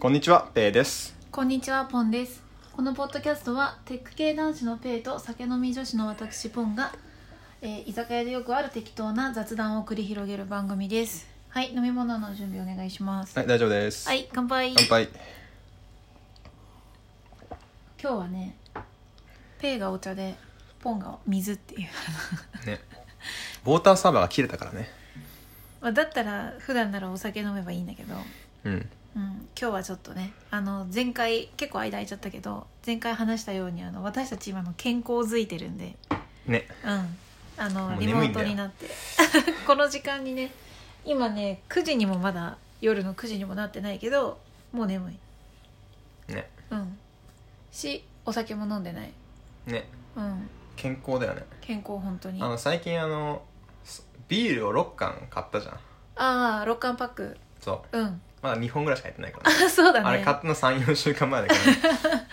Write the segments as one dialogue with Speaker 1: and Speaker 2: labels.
Speaker 1: こんにちは、ペイです。
Speaker 2: こんにちはポンですこのポッドキャストはテック系男子のペイと酒飲み女子の私ポンが、えー居酒屋でよくある適当な雑談を繰り広げる番組ですはい飲み物の準備お願いします
Speaker 1: は
Speaker 2: はい、
Speaker 1: い、大丈夫です。
Speaker 2: 乾杯
Speaker 1: 乾杯。
Speaker 2: 今日はねペイがお茶でポンが水っていう
Speaker 1: ね。ウォーターサーバーが切れたからね。
Speaker 2: まあだったら普段ならお酒飲めばいいんだけど
Speaker 1: うん。
Speaker 2: うん、今日はちょっとねあの前回結構間空いちゃったけど前回話したようにあの私たち今の健康づいてるんで
Speaker 1: ね。
Speaker 2: うん、あ
Speaker 1: も
Speaker 2: の
Speaker 1: う
Speaker 2: リ
Speaker 1: 眠
Speaker 2: モ
Speaker 1: いん
Speaker 2: ー
Speaker 1: だ
Speaker 2: ト
Speaker 1: よ
Speaker 2: になって この時間にね今ね9時にもまだ夜の9時にもなってないけどもう眠い
Speaker 1: ね。
Speaker 2: うんしお酒も飲んでない
Speaker 1: ね。
Speaker 2: うん
Speaker 1: 健康だよね。
Speaker 2: 健康本当に
Speaker 1: あ
Speaker 2: あ
Speaker 1: の、最近あの、すビールを6缶買ったじゃん。
Speaker 2: あー6缶パック
Speaker 1: そう。
Speaker 2: うん
Speaker 1: まだ2本ぐらいしか入ってないから、ね。
Speaker 2: そうだね
Speaker 1: あれ買ったの3、4週間前 だから、ね。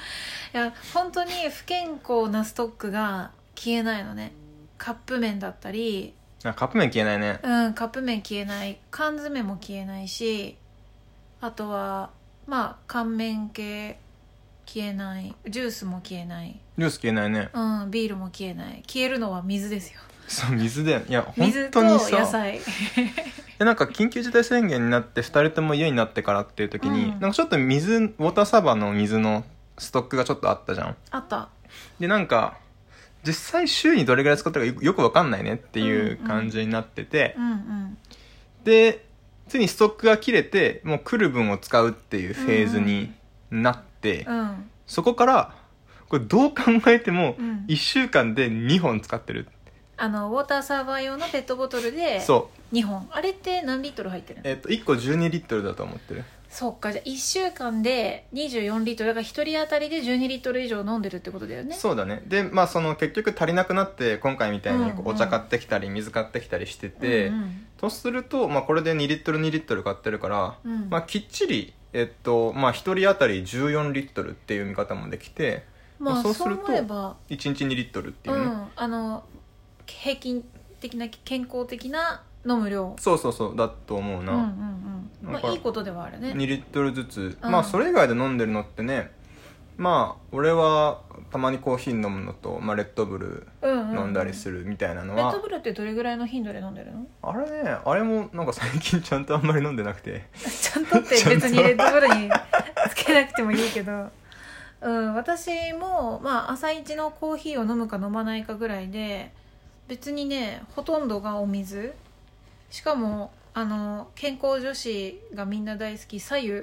Speaker 2: いや本当に不健康なストックが消えないのねカップ麺だったり
Speaker 1: あカップ麺消えないね。
Speaker 2: うん、カップ麺消えない缶詰も消えないしあとはまあ乾麺系消えないジュースも消えない、
Speaker 1: ジュース消えないね。
Speaker 2: うん、ビールも消えない消えるのは水ですよ
Speaker 1: そう、水だよね。いや、本
Speaker 2: 水と
Speaker 1: 当に
Speaker 2: 野
Speaker 1: さ。
Speaker 2: 菜
Speaker 1: でなんか緊急事態宣言になって2人とも家になってからっていう時に、
Speaker 2: うん
Speaker 1: なんかちょっと水ウォーターサーバーの水のストックがちょっとあったじゃん
Speaker 2: あった
Speaker 1: でなんか実際週にどれぐらい使ったかよよくわかんないねっていう
Speaker 2: うんうん
Speaker 1: 感じになってて、
Speaker 2: うんうん
Speaker 1: でついにストックが切れてもう来る分を使うっていうフェーズになって、
Speaker 2: うん
Speaker 1: そこからこれどう考えても
Speaker 2: うん
Speaker 1: 1週間で2本使ってる、
Speaker 2: あのウォーターサーバー用のペットボトルで
Speaker 1: そう
Speaker 2: 2本あれって何リットル入ってるの
Speaker 1: えっ、と1個12リットルだと思ってる
Speaker 2: そっかじゃあ1週間で24リットルだから1人当たりで12リットル以上飲んでるってことだよね
Speaker 1: そうだねでまあその結局足りなくなって今回みたいにこう
Speaker 2: うんう
Speaker 1: お
Speaker 2: ん
Speaker 1: 茶買ってきたり水買ってきたりしてて、
Speaker 2: うん
Speaker 1: とすると、まあ、これで2リットル2リットル買ってるから、
Speaker 2: うんうん
Speaker 1: まあ、きっちりえっとまあ1人当たり14リットルっていう見方もできて
Speaker 2: まあ
Speaker 1: そうす
Speaker 2: そう
Speaker 1: ると
Speaker 2: 思えば
Speaker 1: 1日2リットルっていうね、
Speaker 2: うん、あの平均的な健康的な飲む量
Speaker 1: そうそうそうだと思う
Speaker 2: うんうん
Speaker 1: な、
Speaker 2: うん
Speaker 1: だか
Speaker 2: まあ
Speaker 1: ら
Speaker 2: いいことではあるね
Speaker 1: 2リットルずつ、
Speaker 2: うん
Speaker 1: まあそれ以外で飲んでるのってねまあ俺はたまにコーヒー飲むのと、まあ、レッドブル
Speaker 2: うんうん
Speaker 1: 飲んだりするみたいなの
Speaker 2: レッ
Speaker 1: は、
Speaker 2: ドブルってどれぐらいの頻度で飲んでる の
Speaker 1: あれねあれもなんか最近ちゃんとあんまり飲んでなくて
Speaker 2: ちゃんとって別にレッドブルにつけなくてもいいけどうん私もまあ朝一のコーヒーを飲むか飲まないかぐらいで別にねほとんどがお水しかもあの健康女子がみんな大好き左右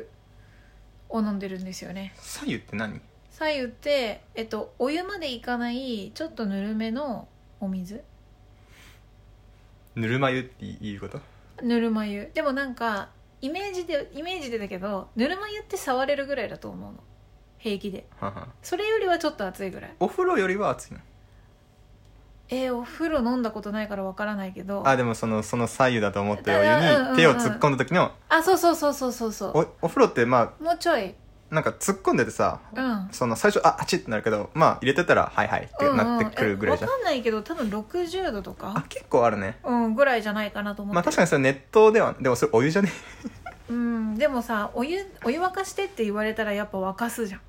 Speaker 2: を飲んでるんですよね
Speaker 1: 左右って何
Speaker 2: 左右って、えっと、お湯までいかないちょっとぬるめのお水
Speaker 1: ぬるま湯っていうこと
Speaker 2: ぬるま湯でもなんかイメージでイメージでだけどぬるま湯って触れるぐらいだと思うの平気で
Speaker 1: はは
Speaker 2: それよりはちょっと熱いぐらい
Speaker 1: お風呂よりは熱いの
Speaker 2: えー、お風呂飲んだことないからわからないけど
Speaker 1: あでもそのその左右だと思った
Speaker 2: うんうん
Speaker 1: よ
Speaker 2: うん
Speaker 1: う
Speaker 2: う
Speaker 1: に
Speaker 2: ん
Speaker 1: 手を突っ込んだ時の
Speaker 2: あそうそうそうそうそうそ
Speaker 1: おお風呂ってま
Speaker 2: うもうちょい
Speaker 1: あなんか突っ込んでてさ、
Speaker 2: うん
Speaker 1: その最初ああっちってなるけどまあ入れてたらはいはいってなってくるぐらいじゃん、
Speaker 2: うんうんえわかんないけど多分60度と
Speaker 1: あ
Speaker 2: か
Speaker 1: 結構あるね
Speaker 2: うんぐらいじゃないかなと思って
Speaker 1: まあ確かにそれ熱湯ではでもそれお湯じゃね
Speaker 2: うんでもさお湯お湯沸かしてって言われたらやっぱ沸かすじゃん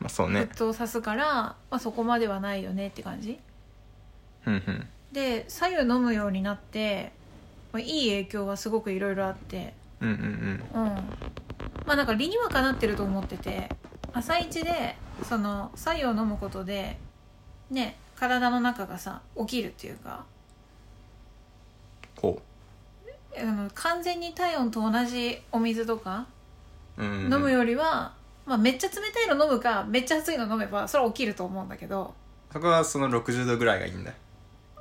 Speaker 1: まあそう
Speaker 2: 沸
Speaker 1: ね
Speaker 2: 騰さすから、まあ、そこまではないよねって感じ
Speaker 1: うんうん
Speaker 2: で左右飲むようになってまあいい影響がすごくいろいろあって
Speaker 1: うんうんうん
Speaker 2: うんまあなんか理にはかなってると思ってて朝一でその左右を飲むことでね体の中がさ起きるっていうか
Speaker 1: こ
Speaker 2: あの完全に体温と同じお水とか
Speaker 1: う、うんうんうん
Speaker 2: 飲むよりは、まあ、めっちゃ冷たいの飲むかめっちゃ熱いの飲めばそれは起きると思うんだけど
Speaker 1: そこはその60度ぐらいがいいんだ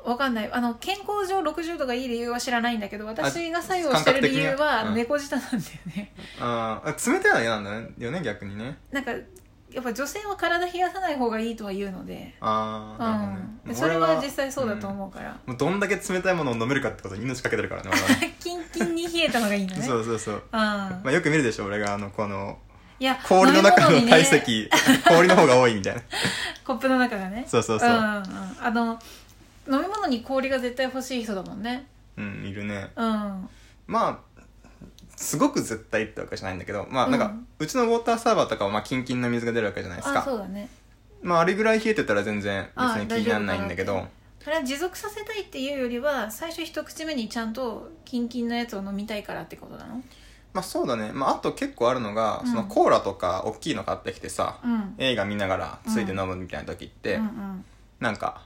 Speaker 2: わかんないあの健康上60度がいい理由は知らないんだけど私が作用
Speaker 1: 感
Speaker 2: して
Speaker 1: 覚
Speaker 2: る
Speaker 1: 的
Speaker 2: 理
Speaker 1: には
Speaker 2: 由は
Speaker 1: うん
Speaker 2: 猫舌なんだよね、
Speaker 1: あー冷たいのは嫌なんだよね逆にね
Speaker 2: なんかやっぱ女性は体冷やさない方がいいとは言うので、
Speaker 1: あ
Speaker 2: う
Speaker 1: あなるほどね
Speaker 2: ん、
Speaker 1: 俺
Speaker 2: それは実際そうだと思うから、
Speaker 1: もうどんだけ冷たいものを飲めるかってことに命かけてるからね俺は
Speaker 2: キンキンに冷えたのがいいの ね、
Speaker 1: そううそうそう、
Speaker 2: ん
Speaker 1: まあ、よく見るでしょ俺があのこの
Speaker 2: いや
Speaker 1: 氷の中の体
Speaker 2: 飲み物にね
Speaker 1: 積、氷の方が多いみたいな
Speaker 2: コップの中がね
Speaker 1: そうそうそう
Speaker 2: うんうんうん、あの飲み物に氷が絶対欲しい人だもんね
Speaker 1: うんいるね
Speaker 2: うん
Speaker 1: まあすごく絶対ってわけじゃないんだけどまあなんか、う
Speaker 2: うん
Speaker 1: ちのウォーターサーバーとかはまあキンキンの水が出るわけじゃないです
Speaker 2: あ
Speaker 1: か
Speaker 2: そうだね
Speaker 1: まああれぐらい冷えてたら全然別
Speaker 2: あ
Speaker 1: に気にならないんだけ
Speaker 2: 大丈
Speaker 1: ど
Speaker 2: あれは持続させたいっていうよりは最初一口目にちゃんとキンキンのやつを飲みたいからってことなの
Speaker 1: まあそうだね、まあ、あと結構あるのが、
Speaker 2: うん
Speaker 1: そのコーラとか大きいの買ってきてさ、
Speaker 2: うん
Speaker 1: 映画見ながらついて飲むみたいな時って、
Speaker 2: うんうん
Speaker 1: なんか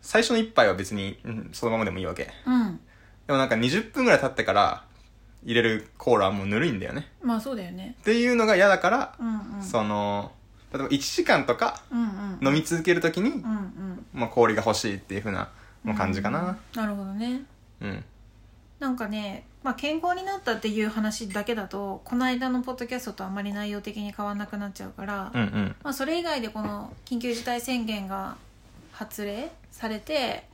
Speaker 1: 最初の一杯は別に、うんそのままでもいいわけ
Speaker 2: うん
Speaker 1: でもなんか20分ぐらい経ってから入れるコーラはもうぬるいんだよね
Speaker 2: まあそうだよね
Speaker 1: っていうのが嫌だから、
Speaker 2: うんうん
Speaker 1: その例えば1時間とか
Speaker 2: うんうん
Speaker 1: 飲み続ける時に、
Speaker 2: うんうん
Speaker 1: まあ、氷が欲しいっていう風なもう感じかな
Speaker 2: なるほどね
Speaker 1: うん、
Speaker 2: なんかね、まあ、健康になったっていう話だけだとこの間のポッドキャストとあまり内容的に変わらなくなっちゃうから、
Speaker 1: うんうん
Speaker 2: まあ、それ以外でこの緊急事態宣言が発令されて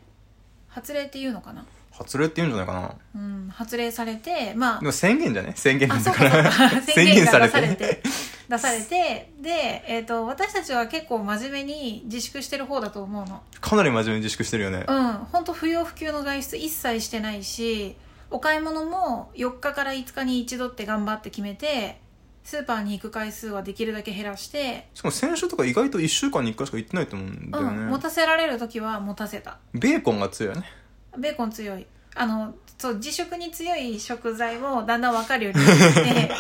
Speaker 2: 発令っていうのかな、
Speaker 1: 発令って言うんじゃないかな
Speaker 2: うん、発令されてまあ
Speaker 1: でも宣言じゃね宣言
Speaker 2: あ
Speaker 1: なん
Speaker 2: そ
Speaker 1: だ
Speaker 2: う
Speaker 1: か
Speaker 2: かそう
Speaker 1: ら
Speaker 2: か宣言が出され
Speaker 1: ね
Speaker 2: て出されてで、えー、と私たちは結構真面目に自粛してる方だと思うの
Speaker 1: かなり真面目に自粛してるよね
Speaker 2: うん本当不要不急の外出一切してないしお買い物も4日から5日に一度って頑張って決めてスーパーに行く回数はできるだけ減らして、
Speaker 1: しかも先週とか意外と1週間に1回しか行ってないと思うんだ
Speaker 2: う
Speaker 1: よ
Speaker 2: ん、持
Speaker 1: ね、
Speaker 2: たせられる時は持たせた
Speaker 1: ベーコンが強いよね
Speaker 2: ベーコン強いあのそう自粛に強い食材もだんだん分かるようになってきて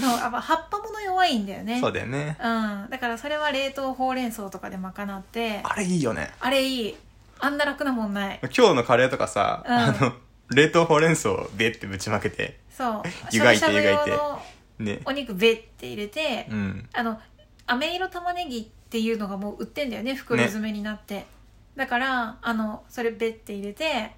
Speaker 2: そうやっぱ葉っぱもの弱いんだよね
Speaker 1: そうだよね
Speaker 2: うん、だからそれは冷凍ほうれん草とかで賄ってあ
Speaker 1: あれいいよね
Speaker 2: れいいあんな楽なもんない
Speaker 1: 今日のカレーとかさ、
Speaker 2: うん
Speaker 1: あの冷凍ほうれん草をベってぶちまけて
Speaker 2: そう
Speaker 1: 湯がいて
Speaker 2: しゃぶしゃぶ用
Speaker 1: 湯がいて
Speaker 2: の
Speaker 1: ね
Speaker 2: お肉ベッて入れて、
Speaker 1: うん
Speaker 2: あの飴色玉ねぎっていうのがもう売ってんだよね袋詰めになって、だからあのそれベッて入れて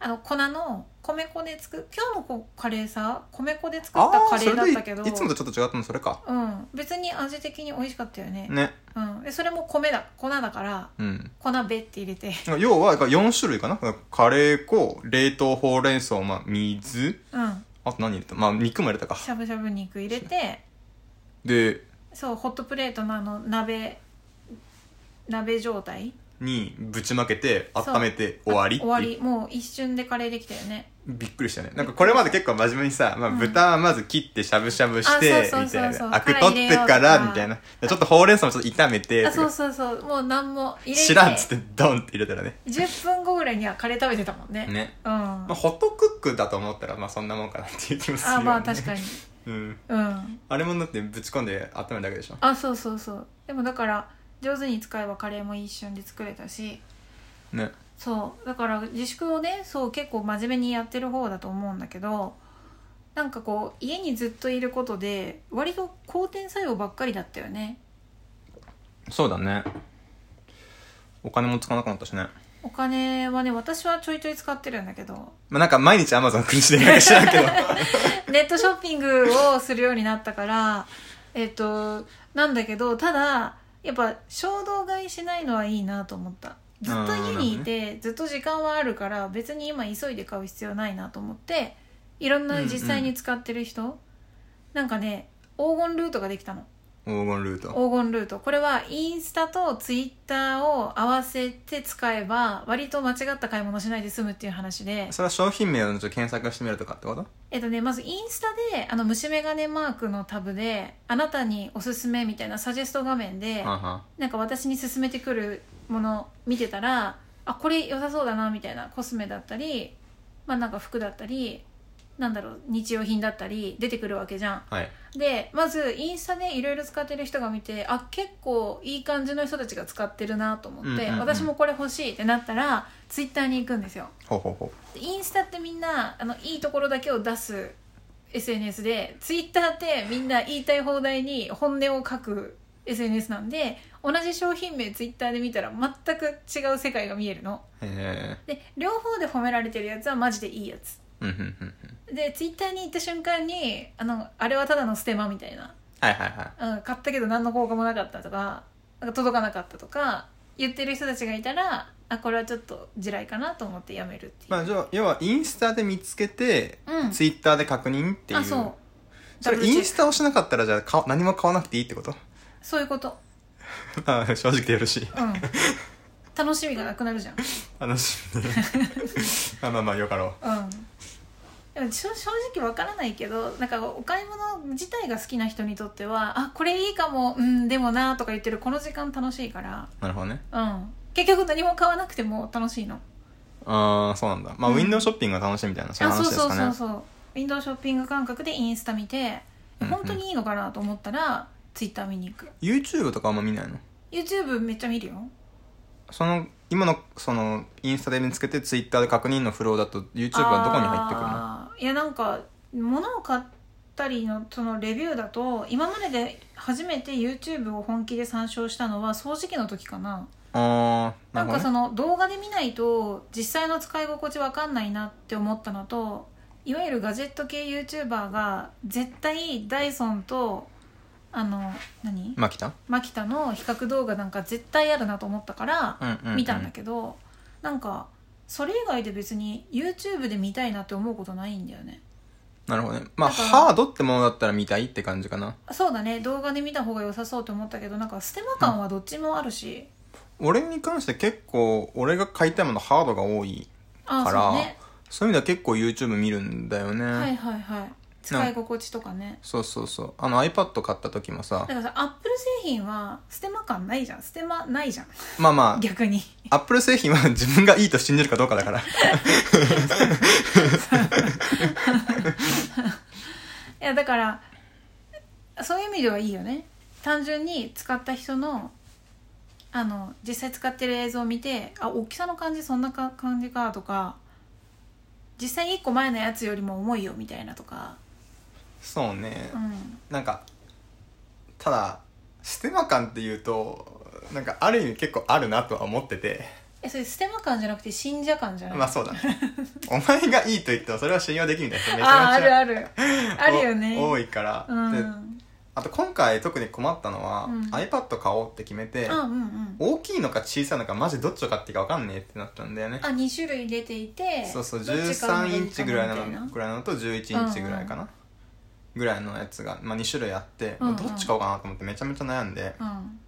Speaker 2: あの粉の米粉で作る今日のこカレーさ米粉で作った
Speaker 1: あ
Speaker 2: カ
Speaker 1: あ
Speaker 2: レー
Speaker 1: そ
Speaker 2: だっ
Speaker 1: れ
Speaker 2: たけど
Speaker 1: でいいつもとちょっと違ったのそれか
Speaker 2: うん、別に味的に美味しかったよね、
Speaker 1: ね
Speaker 2: うん、でそれも米だ粉だから
Speaker 1: うん
Speaker 2: 粉ベッて入れて
Speaker 1: 要はだから4種類かなカレー粉冷凍ほうれん草、まあ、水
Speaker 2: うん
Speaker 1: あと何入れたまあ肉も入れたか
Speaker 2: しゃぶしゃぶ肉入れて
Speaker 1: で
Speaker 2: そうホットプレートのあの鍋鍋状態
Speaker 1: にぶちまけて温めて終わりって
Speaker 2: 終
Speaker 1: いう
Speaker 2: わりもう一瞬でカレーできたよね
Speaker 1: びっくりしたねなんかこれまで結構真面目にさ、まあ、
Speaker 2: うん
Speaker 1: 豚はまず切ってしゃぶしゃぶして
Speaker 2: あそうそうそうそう
Speaker 1: みたいな
Speaker 2: は
Speaker 1: ア
Speaker 2: い
Speaker 1: ク取ってか
Speaker 2: 入れようと
Speaker 1: ら
Speaker 2: か
Speaker 1: みたいなちょっとほうれん草もちょっと炒めて
Speaker 2: あそう
Speaker 1: とか
Speaker 2: そうそうもう何も入れて
Speaker 1: 知らんっつってドンって入れたらね
Speaker 2: 10分後ぐらいにはカレー食べてたもんね
Speaker 1: ね、
Speaker 2: うん、あ
Speaker 1: まあ、ホットクックだと思ったらまあそんなもんかなっていう気もするよ、ね、
Speaker 2: まあ確かに
Speaker 1: うん、
Speaker 2: うん
Speaker 1: あれもだってぶち込んで温めるだけでしょ
Speaker 2: あそうそうそうでもだから上手に使えばカレーも一瞬で作れたし
Speaker 1: ね
Speaker 2: そうだから自粛をねそう結構真面目にやってる方だと思うんだけどなんかこう家にずっといることで割と好転作用ばっかりだったよね
Speaker 1: そうだねお金も使わなくなったしね
Speaker 2: お金はね私はちょいちょい使ってるんだけど
Speaker 1: まあなんか毎日アマゾン苦しんでるか知らん けど
Speaker 2: ネットショッピングをするようになったからえっとなんだけどただやっぱ衝動買いしないのはいいなと思ったずっと家にいて、ずっと時間はあるから別に今急いで買う必要ないなと思っていろんな実際に使ってる人、なんかね黄金ルートができたの
Speaker 1: 黄金ルート
Speaker 2: 黄金ルートこれはインスタとツイッターを合わせて使えば割と間違った買い物しないで済むっていう話で
Speaker 1: それは商品名をちょっと検索してみるとかってこと
Speaker 2: えっとね、まずインスタであの虫眼鏡マークのタブであなたにおすすめみたいなサジェスト画面で、
Speaker 1: はんはん
Speaker 2: なんか私に勧めてくるもの見てたらあこれ良さそうだなみたいなコスメだったりまあなんか服だったりなんだろう日用品だったり出てくるわけじゃん
Speaker 1: はい
Speaker 2: でまずインスタでいろいろ使ってる人が見てあ結構いい感じの人たちが使ってるなと思って、
Speaker 1: うんうんうん
Speaker 2: 私もこれ欲しいってなったらツイッターに行くんですよ
Speaker 1: ほうほうほう
Speaker 2: でインスタってみんなあのいいところだけを出す SNS でツイッターってみんな言いたい放題に本音を書く SNS なんで同じ商品名ツイッターで見たら全く違う世界が見えるの
Speaker 1: へ
Speaker 2: で両方で褒められてるやつはマジでいいやつ
Speaker 1: えうんうんうんうん
Speaker 2: でツイッターに行った瞬間にあのあれはただのステマみたいな、
Speaker 1: はいはいはい
Speaker 2: うん、買ったけど何の効果もなかったとかなんか届かなかったとか言ってる人たちがいたらあこれはちょっと地雷かなと思ってやめるっていう、
Speaker 1: まあじゃあ要はインスタで見つけて、
Speaker 2: うん
Speaker 1: ツイッターで確認っていう
Speaker 2: あそう
Speaker 1: それインスタをしなかったらじゃあ買わ何も買わなくていいってこと
Speaker 2: そういうこと
Speaker 1: ああ正直でよろしい
Speaker 2: うん楽 しみがなくなるじゃん
Speaker 1: 楽しみまあまあまあよかろ
Speaker 2: うんでも正正直わからないけどなんかお買い物自体が好きな人にとってはあこれいいかもうんでもなとか言ってるこの時間楽しいから
Speaker 1: なるほどね
Speaker 2: うん結局何も買わなくても楽しいの
Speaker 1: ああそうなんだまあ、
Speaker 2: うん
Speaker 1: ウィンドウショッピングが楽しいみたいなそういう
Speaker 2: あ
Speaker 1: 話
Speaker 2: そう
Speaker 1: です
Speaker 2: そう
Speaker 1: か
Speaker 2: そう
Speaker 1: ね
Speaker 2: そうウィンドウショッピング感覚でインスタ見て
Speaker 1: うんうん
Speaker 2: 本当にいいのかなと思ったら、ツイッター見に行く
Speaker 1: YouTube とかあんま見ないの
Speaker 2: YouTube めっちゃ見るよ
Speaker 1: その今のそのインスタで見つけて Twitter で確認のフローだと YouTube はどこに入ってくるの
Speaker 2: あーいやなんか物を買ったりのそのレビューだと今までで初めて YouTube を本気で参照したのは掃除機の時かな
Speaker 1: ああーな
Speaker 2: な
Speaker 1: る
Speaker 2: ん
Speaker 1: ほ
Speaker 2: か
Speaker 1: ど、
Speaker 2: そ
Speaker 1: ね、
Speaker 2: の動画で見ないと実際の使い心地わかんないなって思ったのといわゆるガジェット系 YouTuber が絶対ダイソンとあの何
Speaker 1: まあ来た
Speaker 2: マキタの比較動画なんか絶対あるなと思ったから
Speaker 1: うんうん、うん、
Speaker 2: 見たんだけど、なんかそれ以外で別に YouTube で見たいなって思うことないんだよね
Speaker 1: なるほどねまあ
Speaker 2: だから
Speaker 1: ハードってものだったら見たいって感じかな
Speaker 2: そうだね動画で見た方が良さそうと思ったけどなんかステマ感はどっちもあるし、
Speaker 1: 俺に関して結構俺が買いたいものハードが多い
Speaker 2: ああ
Speaker 1: か
Speaker 2: そう
Speaker 1: ら
Speaker 2: ね
Speaker 1: そういう意味では結構 YouTube 見るんだよね、
Speaker 2: はいはいはい使い心地とかね
Speaker 1: そうそうそうあの iPad 買った時もさ
Speaker 2: だからさアップル製品はステマ感ないじゃんステマないじゃん
Speaker 1: まあま
Speaker 2: 逆に
Speaker 1: あ Apple 製品は自分がいいと信じるかどうかだ から
Speaker 2: いやだからそういう意味ではいいよね単純に使った人のあの実際使ってる映像を見てあ大きさの感じそんなか感じかとか実際1個前のやつよりも重いよみたいなとか
Speaker 1: そうね
Speaker 2: うん
Speaker 1: なんかただステマ感っていうとなんかある意味結構あるなとは思ってて
Speaker 2: えそれステマ感じゃなくて信者感じゃない、
Speaker 1: まあそう だねお前がいいと言ってもそれは信用できるみたいな人めち
Speaker 2: ああ
Speaker 1: ゃめ
Speaker 2: あ
Speaker 1: ち
Speaker 2: る
Speaker 1: ゃ
Speaker 2: あるあるよね
Speaker 1: お多
Speaker 2: い
Speaker 1: いから、
Speaker 2: うん、う
Speaker 1: で
Speaker 2: ん
Speaker 1: あと今回特に困ったのは、
Speaker 2: うん
Speaker 1: iPad 買おうって決めて、
Speaker 2: うんうん
Speaker 1: 大きいのか小さいのかマジどっちを買っていいか分かんねえってなったんだよね
Speaker 2: あ2種類出ていて
Speaker 1: そうそう
Speaker 2: どっち買うのがいいか
Speaker 1: 13インチぐらいな
Speaker 2: みた
Speaker 1: のぐらいなのと11インチぐらいかな、ぐらいのやつが、まあ、2種類あって、
Speaker 2: うんうん
Speaker 1: どっち買おうかなと思ってめちゃめちゃ悩んで、
Speaker 2: うん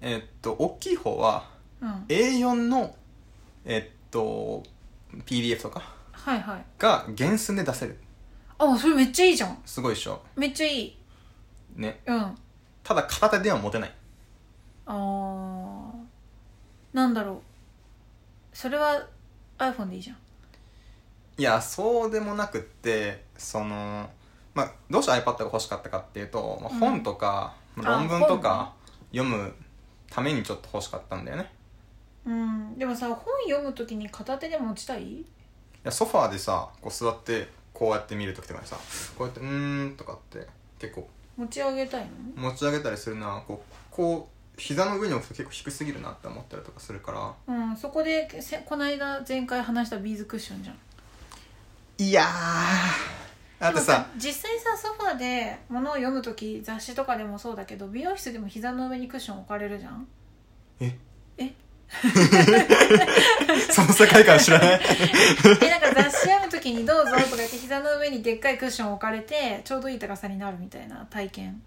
Speaker 1: えっと大きい方は
Speaker 2: うん、
Speaker 1: A4 のえっと PDF とか
Speaker 2: はいはい
Speaker 1: が原寸で出せる
Speaker 2: あそれめっちゃいいじゃん
Speaker 1: すごいでしょ
Speaker 2: めっちゃいい
Speaker 1: ね
Speaker 2: うんあ
Speaker 1: ただ片手では持てない
Speaker 2: ーなんだろうそれは iPhone でいいじゃん
Speaker 1: いやそうでもなくってそのまあどうして iPad が欲しかったかっていうと、まあ、
Speaker 2: うん
Speaker 1: 本とか、まあ
Speaker 2: あ
Speaker 1: 論文と
Speaker 2: 本
Speaker 1: か読むためにちょっと欲しかったんだよね
Speaker 2: うんでもさ本読むときに片手で持ちたい
Speaker 1: いやソファーでさこう座ってこうやって見る時とかにさこうやって「うーん」とかって結構
Speaker 2: 持ち上げたいの
Speaker 1: 持ち上げたりするなこうこう膝の上に置くと結構低すぎるなって思ったりとかするから
Speaker 2: うんそこでせこの間前回話したビーズクッションじゃん
Speaker 1: いやーだっ
Speaker 2: で
Speaker 1: て
Speaker 2: も
Speaker 1: さ
Speaker 2: 実際さソファーで物を読む時雑誌とかでもそうだけど美容室でも膝の上にクッション置かれるじ ゃん
Speaker 1: え
Speaker 2: え
Speaker 1: その世界観知らない
Speaker 2: えなんか雑誌読む時に「どうぞ」とか言って膝の上にでっかいクッション置かれてちょうどいい高さになるみたいな体験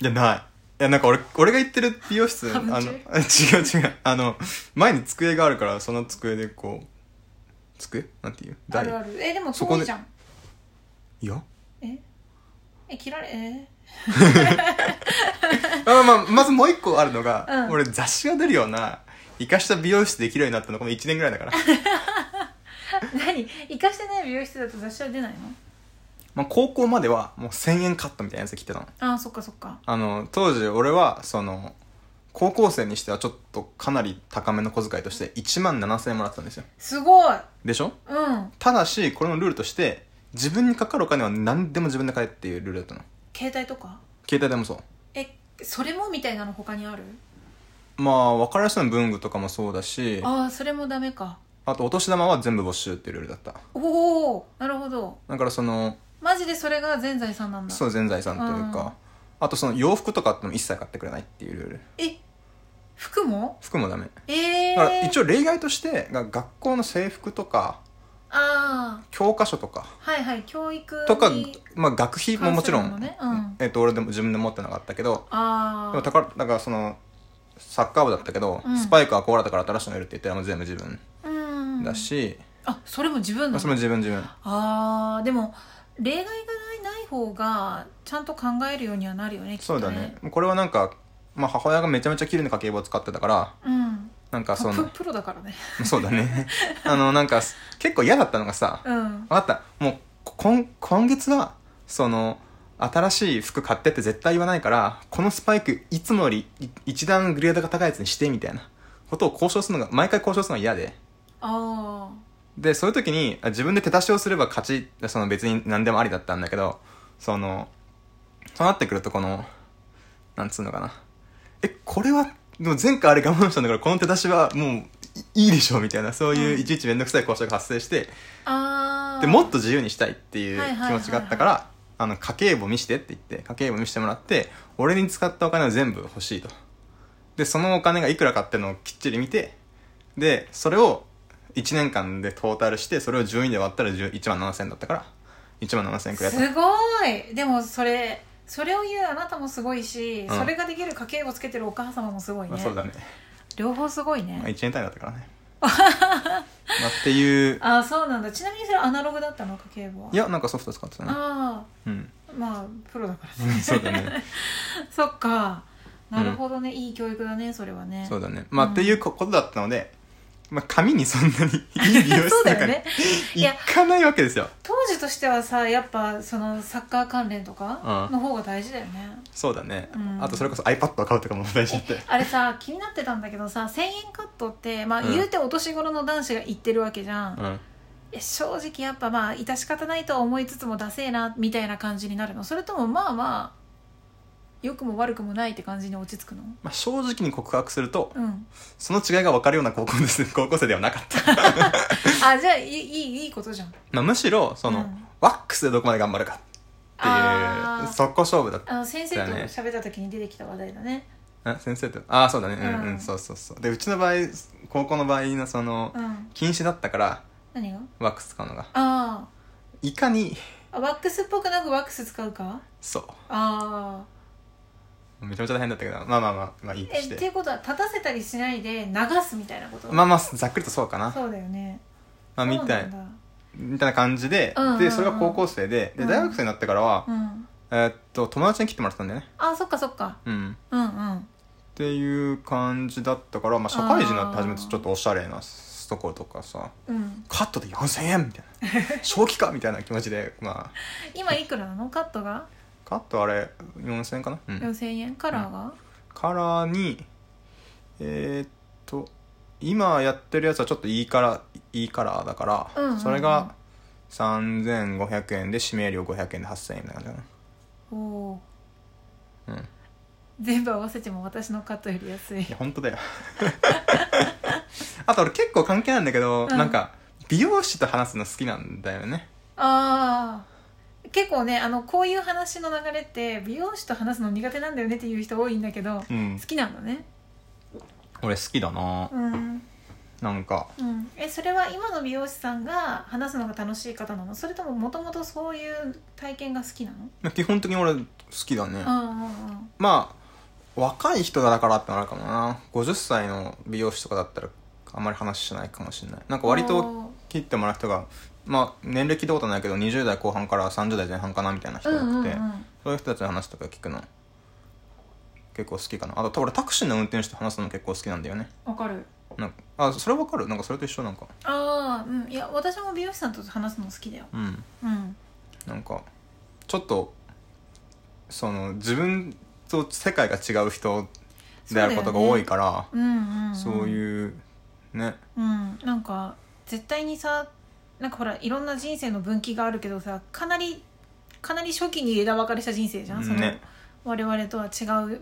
Speaker 1: いやないいやなんか俺俺が行ってる美容室あ
Speaker 2: ハブ
Speaker 1: の 違
Speaker 2: 中
Speaker 1: う違うあの前に机があるからその机でこう机なんていう
Speaker 2: あ
Speaker 1: 台
Speaker 2: るあるえでも
Speaker 1: そこ
Speaker 2: 遠
Speaker 1: で
Speaker 2: いじゃん
Speaker 1: いや
Speaker 2: ええ切られえ
Speaker 1: まあまあ、まずもう一個あるのが、
Speaker 2: うん
Speaker 1: 俺雑誌が出るような、生かした美容室できるようになったのこの1年ぐらい だから。
Speaker 2: 何生かしてない美容室だと雑誌は出ないの
Speaker 1: まあ高校まではもう1000円カットみたいなやつ着てたの。
Speaker 2: あそっかそっか
Speaker 1: あの、当時俺は、その、高校生にしてはちょっとかなり高めの小遣いとして1万7000円もらってたんですよ。
Speaker 2: すごい
Speaker 1: でしょ
Speaker 2: うん
Speaker 1: ただし、これのルールとして、自分にかかるお金は何でも自分で買えっていうルールだったの。
Speaker 2: 携帯とか
Speaker 1: 携帯でもそう。
Speaker 2: えそれもみたいなの他にある
Speaker 1: まあ、分かりやすいの文具とかもそうだし、あ
Speaker 2: ああそれもダメか
Speaker 1: とお年玉は全部没収っていうルールだった。
Speaker 2: おおなるほど
Speaker 1: だからその、
Speaker 2: マジでそれが全財産なんだ
Speaker 1: そう全財産という
Speaker 2: うん
Speaker 1: かあとその洋服とかってのも一切買ってくれないっていうルール
Speaker 2: え服も
Speaker 1: 服もダメ
Speaker 2: ええ
Speaker 1: だから一応例外としてが学校の制服とか
Speaker 2: あ
Speaker 1: 教科書とか
Speaker 2: あはいはい教育に
Speaker 1: とか、まあ、学費ももちろ
Speaker 2: 関するも
Speaker 1: ん、
Speaker 2: のねうん
Speaker 1: えっと俺でも自分で持ってなかったけど
Speaker 2: あ
Speaker 1: で
Speaker 2: あ
Speaker 1: もだからだからそのサッカー部だったけど、
Speaker 2: うん
Speaker 1: スパイクは壊れたから新しいの入れるって言ったらもう全部自分
Speaker 2: うん
Speaker 1: だし、
Speaker 2: あそれも自分の
Speaker 1: あそれも自分自分
Speaker 2: あーでも例外がないない方がちゃんと考えるようにはなるよねきっ
Speaker 1: そ
Speaker 2: と
Speaker 1: う
Speaker 2: ね
Speaker 1: だねこれはなんか、まあ、母親がめちゃめちゃ綺麗な家計簿を使ってたから
Speaker 2: うん
Speaker 1: なんかそ
Speaker 2: あプ
Speaker 1: の
Speaker 2: プロだからね
Speaker 1: そうだねあのなんか結構嫌だったのがさ
Speaker 2: うん
Speaker 1: 分かったもう今今月はその新しい服買ってって絶対言わないからこのスパイクいつもよりい一段グレードが高いやつにしてみたいなことを交渉するのが毎回交渉するのが嫌で
Speaker 2: あ
Speaker 1: でそういう時にあ自分で手出しをすれば勝ちその別に何でもありだったんだけどそのそうなってくるとこのなんつうのかなえこれはでも前回あれ我慢したんだからこの手出しはもういいいでしょうみたいなそういう
Speaker 2: うん
Speaker 1: いちいち面倒くさい交渉が発生して、
Speaker 2: あああ
Speaker 1: でもっと自由にしたいっていう
Speaker 2: はいはいはい
Speaker 1: 気
Speaker 2: はい
Speaker 1: 持ちがあったからあの家計簿見してって言って家計簿見してもらって俺に使ったお金を全部欲しいとでそのお金がいくらかってのをきっちり見てでそれを1年間でトータルしてそれを順位で割ったら10 1万7000円だったから1万7000円くらいだっ
Speaker 2: すごいでもそれそれを言うあなたもすごいし、
Speaker 1: ん
Speaker 2: それができる家計をつけてるお母様もすごい
Speaker 1: た、
Speaker 2: ね、
Speaker 1: まあ、そうだね、
Speaker 2: 両方すごいね、
Speaker 1: まあ、1年単位だったから ねまあっていう
Speaker 2: ああそうなんだちなみにそれアナログだったの家計簿はい
Speaker 1: やなんかソフト使ってたね
Speaker 2: あ
Speaker 1: うん
Speaker 2: あまあプロだから
Speaker 1: そうだね
Speaker 2: そっかなるほどね、いい教育だねそれはね
Speaker 1: そうだねまあ、
Speaker 2: うん
Speaker 1: っていうこことだったのでまあ紙にそんなに いい美容
Speaker 2: そ
Speaker 1: 室
Speaker 2: うだ
Speaker 1: だか
Speaker 2: よ
Speaker 1: ら
Speaker 2: ねい
Speaker 1: 行
Speaker 2: や
Speaker 1: かないわけですよ
Speaker 2: 当時としてはさやっぱそのサッカー関連とか
Speaker 1: うん
Speaker 2: の方が大事だよね、
Speaker 1: そうだね、
Speaker 2: うん
Speaker 1: あとそれこそ iPad を買うとかも大事だって
Speaker 2: あれさ気になってたんだけどさ1000円カットって、まあ、
Speaker 1: うん
Speaker 2: 言うてお年頃の男子が言ってるわけじゃん、
Speaker 1: うん
Speaker 2: いや正直やっぱまあ致し方ないとは思いつつもダセえなみたいな感じになるのそれともまあまあ良くも悪くもないって感じに落ち着くの
Speaker 1: まあ、正直に告白すると
Speaker 2: うん
Speaker 1: その違いが分かるような高校です 高校生ではなかった、
Speaker 2: あじゃあいいいいいいことじゃん
Speaker 1: まあ、むしろその、
Speaker 2: うん
Speaker 1: ワックスでどこまで頑張るかっ
Speaker 2: あ
Speaker 1: ていう
Speaker 2: ー
Speaker 1: 速攻勝負だっ
Speaker 2: あの先生と
Speaker 1: だね
Speaker 2: 喋った時に出てきた話題だね
Speaker 1: たあ先生とああそうだねうん、うん
Speaker 2: うん
Speaker 1: そうそうそうでうちの場合高校の場合のその、
Speaker 2: うん
Speaker 1: 禁止だったから
Speaker 2: 何が
Speaker 1: ワックス使うのが
Speaker 2: あ
Speaker 1: いかに
Speaker 2: ーあワックスっぽくなくワックス使うか
Speaker 1: そ
Speaker 2: ああ
Speaker 1: うめちゃめちゃ大変だったけどまあまあまあまあいいと
Speaker 2: え
Speaker 1: し
Speaker 2: ってていうことは立たせたりしないで流すみたいなこと、
Speaker 1: まあまあざっくりとそうかな
Speaker 2: そうだよね
Speaker 1: まあみたい
Speaker 2: そうなん
Speaker 1: みたいな感じで、
Speaker 2: うんうんうん
Speaker 1: でそれが高校生でで
Speaker 2: うん
Speaker 1: 大学生になってからは、
Speaker 2: だうん
Speaker 1: えーっと友達に切ってもらってたんだよね
Speaker 2: あそっかそっか
Speaker 1: うん
Speaker 2: うんうん
Speaker 1: っていう感じだったから、まあ、社会人になって初めてちょっとおしゃれなところとかさ
Speaker 2: うん
Speaker 1: カットで4000円みたい な正気かみたいな気持ちでまあ
Speaker 2: 今いくらなのカットが
Speaker 1: カットあれ4000円かな、うん
Speaker 2: 4000円カラーが、
Speaker 1: カラーにえーっと今やってるやつはちょっといいカラーいいカラーだから、
Speaker 2: うんうんうん
Speaker 1: それが3500円で指名料500円で8000円みたいな感じか
Speaker 2: おお
Speaker 1: なうん
Speaker 2: 全部合わせても私のカットより安い
Speaker 1: いや本当だよ あと俺結構関係ないんだけど、
Speaker 2: ん
Speaker 1: なんか美容師と話すの好きなんだよね
Speaker 2: ああ結構ねあのこういう話の流れって美容師と話すの苦手なんだよねっていう人多いんだけど、
Speaker 1: うん
Speaker 2: 好きなんだね
Speaker 1: 俺好きだな
Speaker 2: うん、
Speaker 1: なんか
Speaker 2: うん、えそれは今の美容師さんが話すのが楽しい方なのそれとももともとそういう体験が好きなの、
Speaker 1: 基本的に俺好きだね
Speaker 2: うんうんうん
Speaker 1: まあ若い人だからってなるかもな50歳の美容師とかだったらあんまり話しないかもしれないなんか割と
Speaker 2: おー
Speaker 1: 切ってもらう人がまあ年齢聞いたことないけど20代後半から30代前半かなみたいな人
Speaker 2: うん
Speaker 1: が多くて、
Speaker 2: うんうん
Speaker 1: そういう人たちの話とか聞くの結構好きかなあと俺タクシーの運転手と話すの結構好きなんだよね
Speaker 2: わかる
Speaker 1: なんかあそれわかるなんかそれと一緒なんか
Speaker 2: ああうんいや私も美容師さんと話すの好きだよ
Speaker 1: うん
Speaker 2: うん
Speaker 1: なんかちょっとその自分と世界が違う人であることが多いから
Speaker 2: うんうん、うん、
Speaker 1: そう,、いうね
Speaker 2: うんなんか絶対にさなんかほらいろんな人生の分岐があるけどさかなりかなり初期に枝分かれした人生じゃん、その
Speaker 1: ね
Speaker 2: 我々とは違う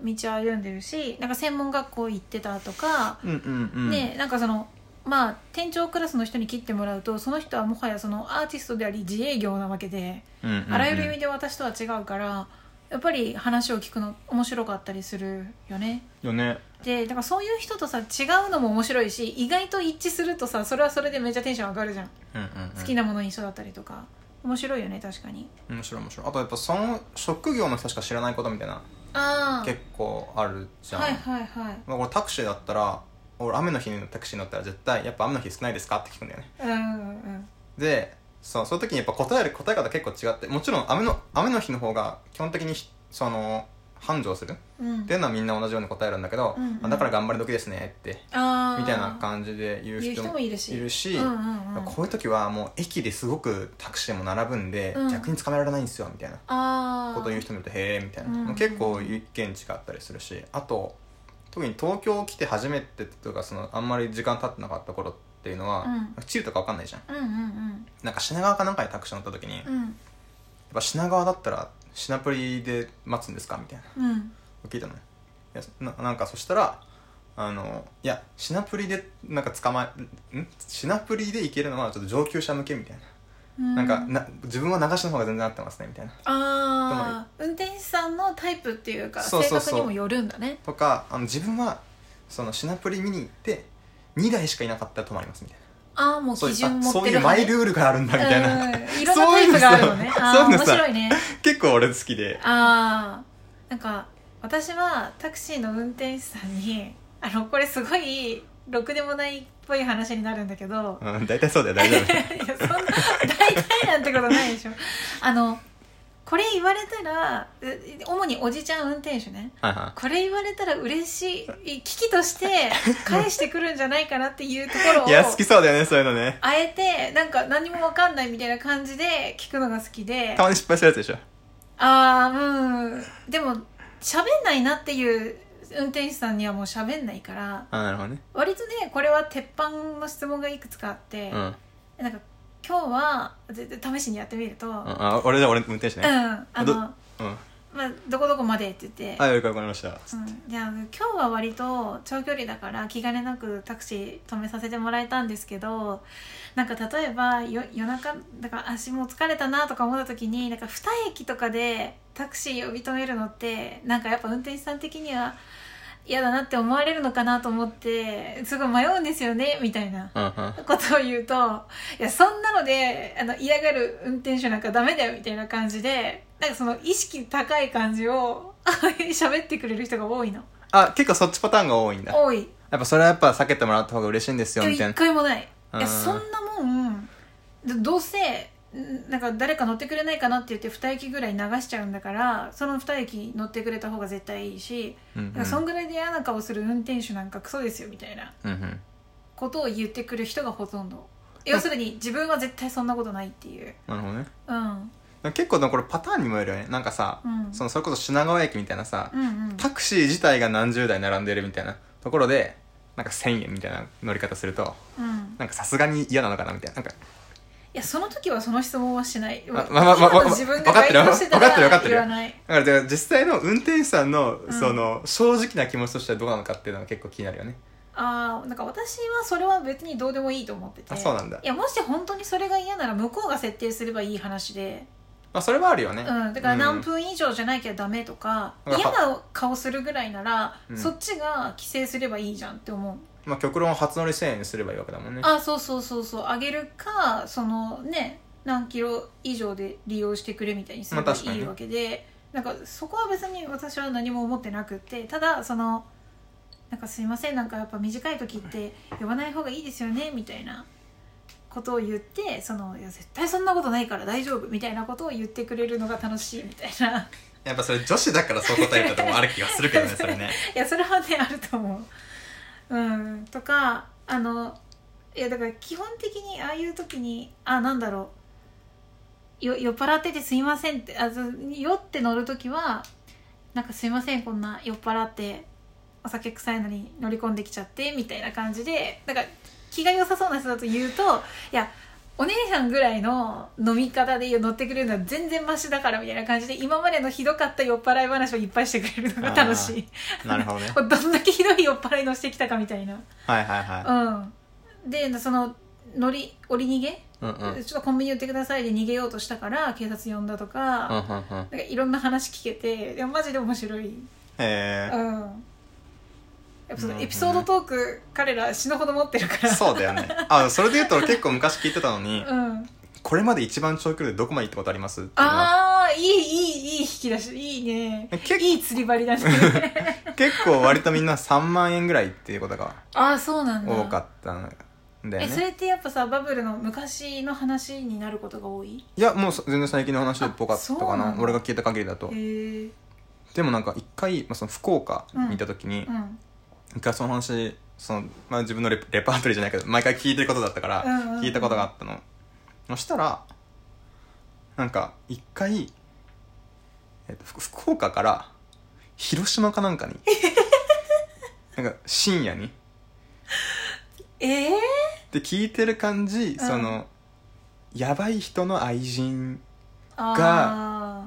Speaker 2: 道を歩んでるしなんか専門学校行ってたとか、
Speaker 1: うんうんうん
Speaker 2: ねなんかそのまあ店長クラスの人に切ってもらうとその人はもはやそのアーティストであり自営業なわけで
Speaker 1: うんうんうん
Speaker 2: あらゆる意味で私とは違うからやっぱり話を聞くの面白かったりするよね。
Speaker 1: よね
Speaker 2: でだからそういう人とさ違うのも面白いし意外と一致するとさそれはそれでめっちゃテンション上がるじゃん
Speaker 1: うんうんうん
Speaker 2: 好きなもの一緒だったりとか面白いよね確かに
Speaker 1: 面白い面白いあとやっぱその職業の人しか知らないことみたいな
Speaker 2: ああ
Speaker 1: 結構あるじゃん、
Speaker 2: はいはいはい
Speaker 1: まあ、これタクシーだったらあ俺雨の日のタクシー乗ったら絶対やっぱ雨の日少ないですかって聞くんだよね
Speaker 2: うんうん
Speaker 1: でそうその時にやっぱ答える答え方結構違ってもちろん雨の雨の日の方が基本的にひその繁盛するっ
Speaker 2: うんうん
Speaker 1: ていうのはみんな同じように答えるんだけど、
Speaker 2: うんうん
Speaker 1: あだから頑張り時ですねって
Speaker 2: あー
Speaker 1: みたいな感じで言う
Speaker 2: 言
Speaker 1: 人
Speaker 2: う人
Speaker 1: も
Speaker 2: もいるし
Speaker 1: いるし、
Speaker 2: うんうんうん、
Speaker 1: こういう時はもう駅ですごくタクシーも並ぶんで、
Speaker 2: うん
Speaker 1: 逆に捕まえられないんですよみたいな
Speaker 2: あー
Speaker 1: ことを言う人もいるとへえみたいな、
Speaker 2: うん
Speaker 1: 結構意見違ったりするしあと特に東京来て初めてとかそのあんまり時間経ってなかった頃っていうのは、
Speaker 2: うん
Speaker 1: 地理とか分かんないじゃん
Speaker 2: うんうん
Speaker 1: なんか品川かなんかにタクシー乗った時に、やっ
Speaker 2: うん
Speaker 1: ぱ品川だったらシナプリで待つんですかみたいな
Speaker 2: うんうん
Speaker 1: 聞いたのねいやななんかそしたらあのいやシナプリでなんか捕まえんシナプリで行けるのはちょっと上級者向けみたいな
Speaker 2: うん
Speaker 1: なんかな自分は流しの方が全然合ってますねみたいな
Speaker 2: ああ運転手さんのタイプっていうか
Speaker 1: そうそうそう
Speaker 2: 性格にもよるんだね
Speaker 1: とかあの自分はそのシナプリ見に行って2台しかいなかったら止まりますみたいな
Speaker 2: ああもう
Speaker 1: そう
Speaker 2: 基
Speaker 1: いう
Speaker 2: 準
Speaker 1: あ
Speaker 2: 持
Speaker 1: そ
Speaker 2: っ
Speaker 1: う
Speaker 2: て
Speaker 1: いう
Speaker 2: る
Speaker 1: マ
Speaker 2: 派
Speaker 1: イ
Speaker 2: ね
Speaker 1: ルールがあるんだみたい な、
Speaker 2: うんいろんなタイプがあるのね
Speaker 1: そう
Speaker 2: ああ
Speaker 1: そういう
Speaker 2: 面
Speaker 1: のさ
Speaker 2: 白いね
Speaker 1: 結構俺好きで
Speaker 2: ああなんか私はタクシーの運転手さんにあのこれすごいろくでもないっぽい話になるんだけど
Speaker 1: うん大体そうだよ大丈 夫
Speaker 2: いやそんな大体なんてことないでしょあのこれ言われたらえ主におじちゃん運転手ね
Speaker 1: はいは
Speaker 2: これ言われたら嬉しい危機として 返してくるんじゃないかなっていうところを
Speaker 1: いいや好きそうだよねそういうのね
Speaker 2: あえてなんか何も分かんないみたいな感じで聞くのが好きで
Speaker 1: たまに失敗するやつでしょ
Speaker 2: ああうんでも喋んないなっていう運転手さんにはもう喋んないから
Speaker 1: あなるほどね
Speaker 2: 割とねこれは鉄板の質問がいくつかあって、
Speaker 1: うん、うん、
Speaker 2: なんか今日はぜ試しにやってみると、うん
Speaker 1: あ俺じゃあ俺運転手ね
Speaker 2: あの
Speaker 1: どうん
Speaker 2: まあ、どこどこまでって言って、
Speaker 1: はい、よくわかりました。
Speaker 2: うん、じゃあ今日は割と長距離だから気兼ねなくタクシー止めさせてもらえたんですけどなんか例えばよ夜中だから足もう疲れたなとか思った時になんか2駅とかでタクシー呼び止めるのってなんかやっぱ運転手さん的には嫌だなって思われるのかなと思ってすごい迷うんですよねみたいな。
Speaker 1: うんうん。
Speaker 2: ことを言うと、いや、そんなので、あの、嫌がる運転手なんかダメだよ、みたいな感じで、なんかその意識高い感じを、 喋ってくれる人が多いの。
Speaker 1: あ、結構そっちパターンが多いんだ。や
Speaker 2: 多い。
Speaker 1: っぱそれはやっぱ避けてもらった方が嬉しいんですよ、
Speaker 2: 今
Speaker 1: み
Speaker 2: 日
Speaker 1: たい
Speaker 2: 一
Speaker 1: な。
Speaker 2: 回もない。い
Speaker 1: うん
Speaker 2: や、そんなもん、どどうせ、んなんか誰か乗ってくれないかなって言って2駅ぐらい流しちゃうんだからその2駅乗ってくれた方が絶対いいし、
Speaker 1: うんう
Speaker 2: だからそん
Speaker 1: ん。
Speaker 2: ぐらいで嫌な顔する運転手なんかクソですよみたいな
Speaker 1: うんうん。
Speaker 2: ことを言ってくる人がほとんど要するに自分は絶対そんなことないっていう
Speaker 1: なるほどね。
Speaker 2: うん
Speaker 1: 結構でもこれパターンにもよるよね。なんかさ、
Speaker 2: うん
Speaker 1: そのそれこそ品川駅みたいなさ、
Speaker 2: うんうん
Speaker 1: タクシー自体が何十台並んでるみたいなところで、なんか1000円みたいな乗り方すると、
Speaker 2: うん
Speaker 1: なんかさすがに嫌なのかなみたいな。なんか、
Speaker 2: いやその時はその質問はしない
Speaker 1: まままま
Speaker 2: 今の自分が該当してた
Speaker 1: わかってるわからってる
Speaker 2: 言
Speaker 1: わ
Speaker 2: わ
Speaker 1: か
Speaker 2: ない
Speaker 1: だから実際の運転手さんの、
Speaker 2: ん
Speaker 1: その、正直な気持ちとしてはどうなのかっていうのが結構気になるよね。
Speaker 2: ああなんか私はそれは別にどうでもいいと思ってて
Speaker 1: あ、そうなんだ
Speaker 2: い。やもし本当にそれが嫌なら向こうが設定すればいい話で、
Speaker 1: まあそれはあるよね。
Speaker 2: うん、だから
Speaker 1: う
Speaker 2: 何
Speaker 1: ん
Speaker 2: 分以上じゃなきゃダメとか、
Speaker 1: うん
Speaker 2: 嫌な顔するぐらいなら、
Speaker 1: うん
Speaker 2: そっちが規制すればいいじゃんって思う
Speaker 1: まあ極論初乗り1000円にすればいいわけだもんね。
Speaker 2: あそうそうそうそう上げるかそのね何キロ以上で利用してくれみたいにすれ
Speaker 1: ま
Speaker 2: ば
Speaker 1: あ確かに
Speaker 2: いい
Speaker 1: ね
Speaker 2: わけで、なんかそこは別に私は何も思ってなくってただそのなんかすいませんなんかやっぱ短い時って呼ばない方がいいですよねみたいなことを言ってそのいや絶対そんなことないから大丈夫みたいなことを言ってくれるのが楽しいみたいな
Speaker 1: やっぱそれ女子だからそう答えることもある気がするけどね、そ れね。
Speaker 2: いやそれはねあると思う。うんとかあのいやだから基本的にああいう時にあなんだろうよ酔っ払っててすいませんってあず酔って乗る時はなんかすいませんこんな酔っ払ってお酒臭いのに乗り込んできちゃってみたいな感じでなんか気が良さそうな人だと言うといやお姉さんぐらいの飲み方で乗ってくれるのは全然マシだからみたいな感じで今までのひどかった酔っ払い話をいっぱいしてくれるのが楽しい
Speaker 1: なるほどね。
Speaker 2: これどんだけひどい酔っ払いのしてきたかみたいな
Speaker 1: はいはいは
Speaker 2: うん、でその乗り降り逃げ、
Speaker 1: い。うんうん。うんうん
Speaker 2: ちょっとコンビニ寄ってくださいで逃げようとしたから警察呼んだとか,、なん
Speaker 1: うん。
Speaker 2: かいろんな話聞けていやマジで面白い、うん、
Speaker 1: えー
Speaker 2: やっぱそのエピソードトーク彼ら死ぬほど持ってる から
Speaker 1: そうだよね。あ、それ で言うと俺結構昔聞いてたのに、
Speaker 2: うん、
Speaker 1: これまで一番長距離でどこまで行ったことありますっていうのは
Speaker 2: ああいいいいいい引き出しいいね
Speaker 1: 結構
Speaker 2: いい釣り針 だね
Speaker 1: 結構割とみんな3万円ぐらいっていうことが
Speaker 2: ああそうなんだ
Speaker 1: 多かったんだよ
Speaker 2: えそ
Speaker 1: ね
Speaker 2: れってやっぱさバブルの昔の話になることが多い
Speaker 1: いやもう全然最近の話でっぽかった
Speaker 2: あそ
Speaker 1: か
Speaker 2: う
Speaker 1: な
Speaker 2: なんだ
Speaker 1: 俺が聞いた限りだと
Speaker 2: へえ
Speaker 1: でもなんか一回、まあ、その福岡にいた時に
Speaker 2: うん
Speaker 1: 一回その話その、まあ、自分のレレパートリーじゃないけど毎回聞いてることだったから
Speaker 2: うんうんうん
Speaker 1: 聞いたことがあったの、そしたらなんか一回、えっとふ福岡から広島かなんか になんか深夜に
Speaker 2: ええ
Speaker 1: で聞いてる感じ、そのやばい人の愛人
Speaker 2: ああ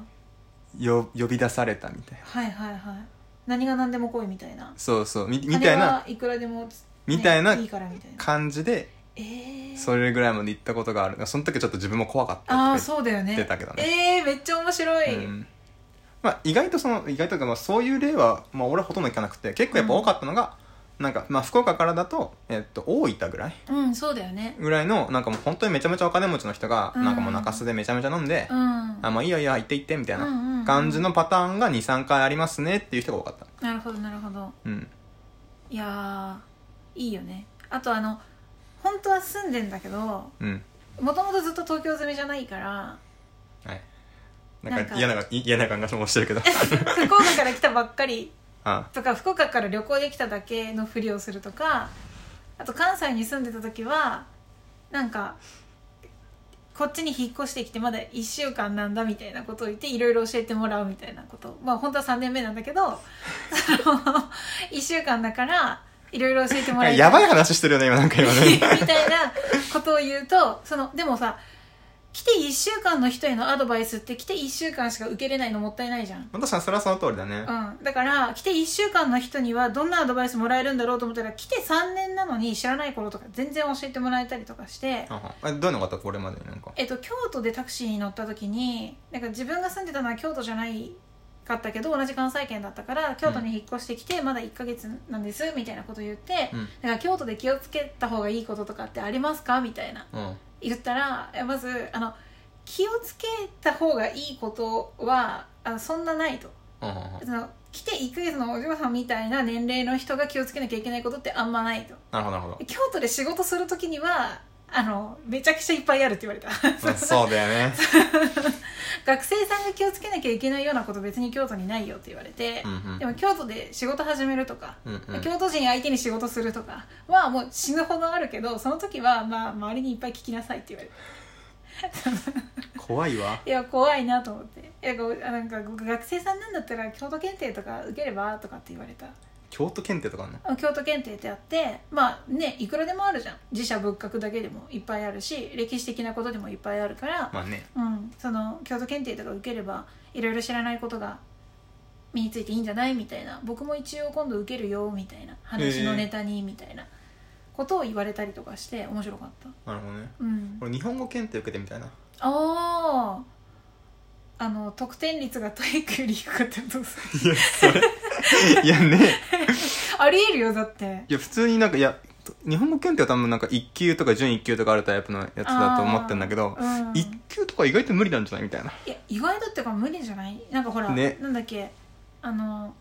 Speaker 1: よ呼び出されたみたいな
Speaker 2: はいはいはい何が何でも来いみたいな
Speaker 1: そうそうみみたいな
Speaker 2: 金はいくらでも、ね
Speaker 1: みたいない
Speaker 2: いからみたいな
Speaker 1: 感じで
Speaker 2: ええ
Speaker 1: それぐらいまで行ったことがあるその時ちょっと自分も怖かった
Speaker 2: ああ
Speaker 1: とか
Speaker 2: そうだよね
Speaker 1: 言ってたけどね
Speaker 2: ええめっちゃ面白
Speaker 1: 言
Speaker 2: い、
Speaker 1: ってうんまあ、意外とその意外というかまあそういう例は、まあ、俺はほとんど聞かなくて結構やっぱ多かったのが、なんかまあ福岡からだと,、えっと大分ぐらい
Speaker 2: うんそうだよね
Speaker 1: ぐらいのなんかもう本当にめちゃめちゃお金持ちの人が、
Speaker 2: うん
Speaker 1: なんかもう中洲でめちゃめちゃ飲んで、
Speaker 2: うん
Speaker 1: あもういいよいいよ行って行ってみたい
Speaker 2: うんうんう
Speaker 1: なん感じのパターンが23回ありますねっていう人が多かった
Speaker 2: なるほどなるほど
Speaker 1: うん
Speaker 2: いやーいいよねあとあの本当は住んでんだけど
Speaker 1: うん
Speaker 2: もともとずっと東京住みじゃな いから
Speaker 1: はいなん
Speaker 2: なん
Speaker 1: か
Speaker 2: か
Speaker 1: 嫌なが嫌な感がもしてる けど
Speaker 2: 福岡から来たばっかり
Speaker 1: あ
Speaker 2: とか福岡から旅行できただけのふりをするとかあと関西に住んでた時はなんかこっちに引っ越してきてまだ1週間なんだみたいなことを言っていろいろ教えてもらうみたいなことまあ本当は3年目なんだけどその1週間だからいろいろ教えてもらえた
Speaker 1: やばい話してるよね今なんか今
Speaker 2: み
Speaker 1: ね
Speaker 2: たいなことを言うとそのでもさ来て1週間の人へのアドバイスって来て1週間しか受けれないのもったいないじゃん
Speaker 1: まあ確かにそれはその通りだね
Speaker 2: うん、だから来て1週間の人にはどんなアドバイスもらえるんだろうと思ったら来て3年なのに知らない頃とか全然教えてもらえたりとかして、
Speaker 1: ああえどういうのがあったこれまでになんか
Speaker 2: えっと、京都でタクシーに乗った時になんか自分が住んでたのは京都じゃないかったけど同じ関西圏だったから京都に引っ越してきてまだ1ヶ月なんですみたいなこと言って、
Speaker 1: うん
Speaker 2: だから京都で気をつけた方がいいこととかってありますかみたいな
Speaker 1: うん
Speaker 2: 言ったらえまずあの気をつけた方がいいことはあそんなないと。
Speaker 1: うんうんうん
Speaker 2: その来て1ヶ月のお嬢さんみたいな年齢の人が気をつけなきゃいけないことってあんまないと
Speaker 1: なるほどなるほど
Speaker 2: 京都で仕事する時にはあのめちゃくちゃいっぱいあるって言われた
Speaker 1: まあそうだよ ね
Speaker 2: 学生さんが気をつけなきゃいけないようなこと別に京都にないよって言われて
Speaker 1: う、ん
Speaker 2: でも京都で仕事始めるとか、
Speaker 1: うんうんうん
Speaker 2: 京都人相手に仕事するとかはもう死ぬほどあるけどその時はまあ周りにいっぱい聞きなさいって言われて
Speaker 1: 怖いわ
Speaker 2: いや怖いなと思っていやこうあなんか学生さんなんだったら京都検定とか受ければとかって言われた
Speaker 1: 京都検定とかあんの
Speaker 2: 京都検定ってあってまあねいくらでもあるじゃん寺社仏閣だけでもいっぱいあるし歴史的なことでもいっぱいあるから、
Speaker 1: まあね
Speaker 2: うん、その京都検定とか受ければいろいろ知らないことが身についていいんじゃないみたいな僕も一応今度受けるよみたいな話のネタにみたいなことを言われたりとかして面白かった、
Speaker 1: なるほどね
Speaker 2: うん、
Speaker 1: 俺日本語検定受けてみたいな
Speaker 2: あああの得点率が体育より低かった らどうする
Speaker 1: いやそれ いやね
Speaker 2: ありえるよだって
Speaker 1: いや普通になんかいや日本語検定は多分なんか1級とか準1級とかあるタイプのやつだと思ってんだけど
Speaker 2: あーうん
Speaker 1: 1級とか意外と無理なんじゃないみたいない
Speaker 2: や意外だってか無理じゃないなんかほら、
Speaker 1: ね
Speaker 2: なんだっけあの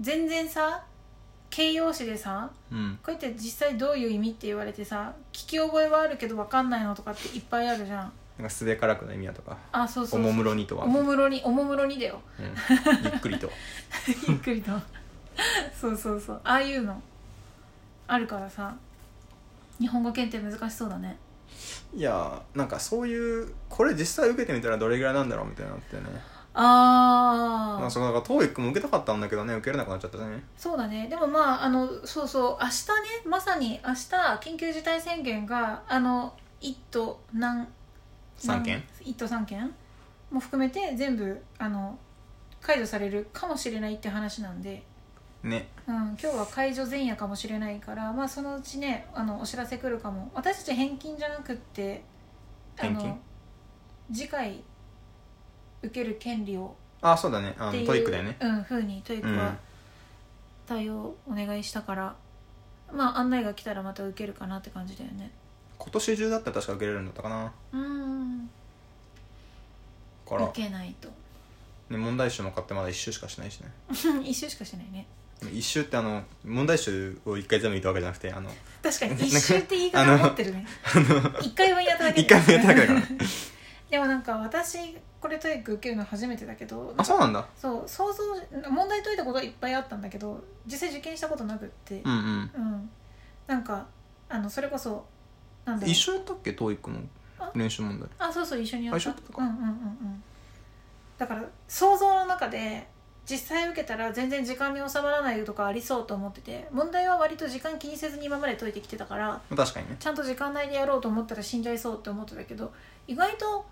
Speaker 2: 全然さ形容詞でさ
Speaker 1: うん
Speaker 2: こうやって実際どういう意味って言われてさ聞き覚えはあるけど分かんないのとかっていっぱいあるじゃん
Speaker 1: なんかすべからくの意味やとか
Speaker 2: あそう
Speaker 1: お
Speaker 2: そう
Speaker 1: もむろにとは
Speaker 2: おもむろにおもむろにだよ
Speaker 1: うんゆっくりと
Speaker 2: ゆっくりと そうそうそうああいうのあるからさ日本語検定難しそうだね
Speaker 1: いやーなんかそういうこれ実際受けてみたらどれぐらいなんだろうみたいなのってね
Speaker 2: あ
Speaker 1: ま
Speaker 2: あ
Speaker 1: あそうだから TOEIC も受けたかったんだけどね受けれなくなっちゃったね
Speaker 2: そうだねでもまああのそうそう明日ねまさに明日緊急事態宣言があの1都何
Speaker 1: 3件
Speaker 2: 何1都3県も含めて全部あの解除されるかもしれないって話なんで、
Speaker 1: ね
Speaker 2: うん、今日は解除前夜かもしれないから、まあ、そのうちねあのお知らせ来るかも私たち返金じゃなくってあの
Speaker 1: 返金
Speaker 2: 次回受ける権利を
Speaker 1: あそうだねあの
Speaker 2: っていう
Speaker 1: TOEIC だよね
Speaker 2: うんふうにトイック
Speaker 1: うん
Speaker 2: は対応お願いしたから、まあ案内が来たらまた受けるかなって感じだよね
Speaker 1: 今年中だったら確か受けれるんだったかな
Speaker 2: うん
Speaker 1: から、
Speaker 2: 受けないと
Speaker 1: ね、問題集も買ってまだ1周しかしないしね
Speaker 2: 一周しかしてないね
Speaker 1: 1周ってあの問題集を1回全部見たわけじゃなくてあ の
Speaker 2: 確かに
Speaker 1: なんか
Speaker 2: 一周って言い方持ってるね一回分やっただけ
Speaker 1: 1回もやっただけだから
Speaker 2: でもなんか私これトイック受けるの初めてだけど
Speaker 1: あそうなんだ
Speaker 2: そう想像問題解いたことはいっぱいあったんだけど実際受験したことなくって
Speaker 1: うんうん
Speaker 2: うん、なんかあのそれこそなんだろう
Speaker 1: 一緒やったっけ TOEIC の
Speaker 2: あ
Speaker 1: 練習問題
Speaker 2: あそうそう一緒にやった
Speaker 1: あ一緒だったか
Speaker 2: うんうんうんうんだから想像の中で実際受けたら全然時間に収まらないとかありそうと思ってて問題は割と時間気にせずに今まで解いてきてたから
Speaker 1: まあ確かにね
Speaker 2: ちゃんと時間内でやろうと思ったら死んじゃいそうって思ってたけど意外と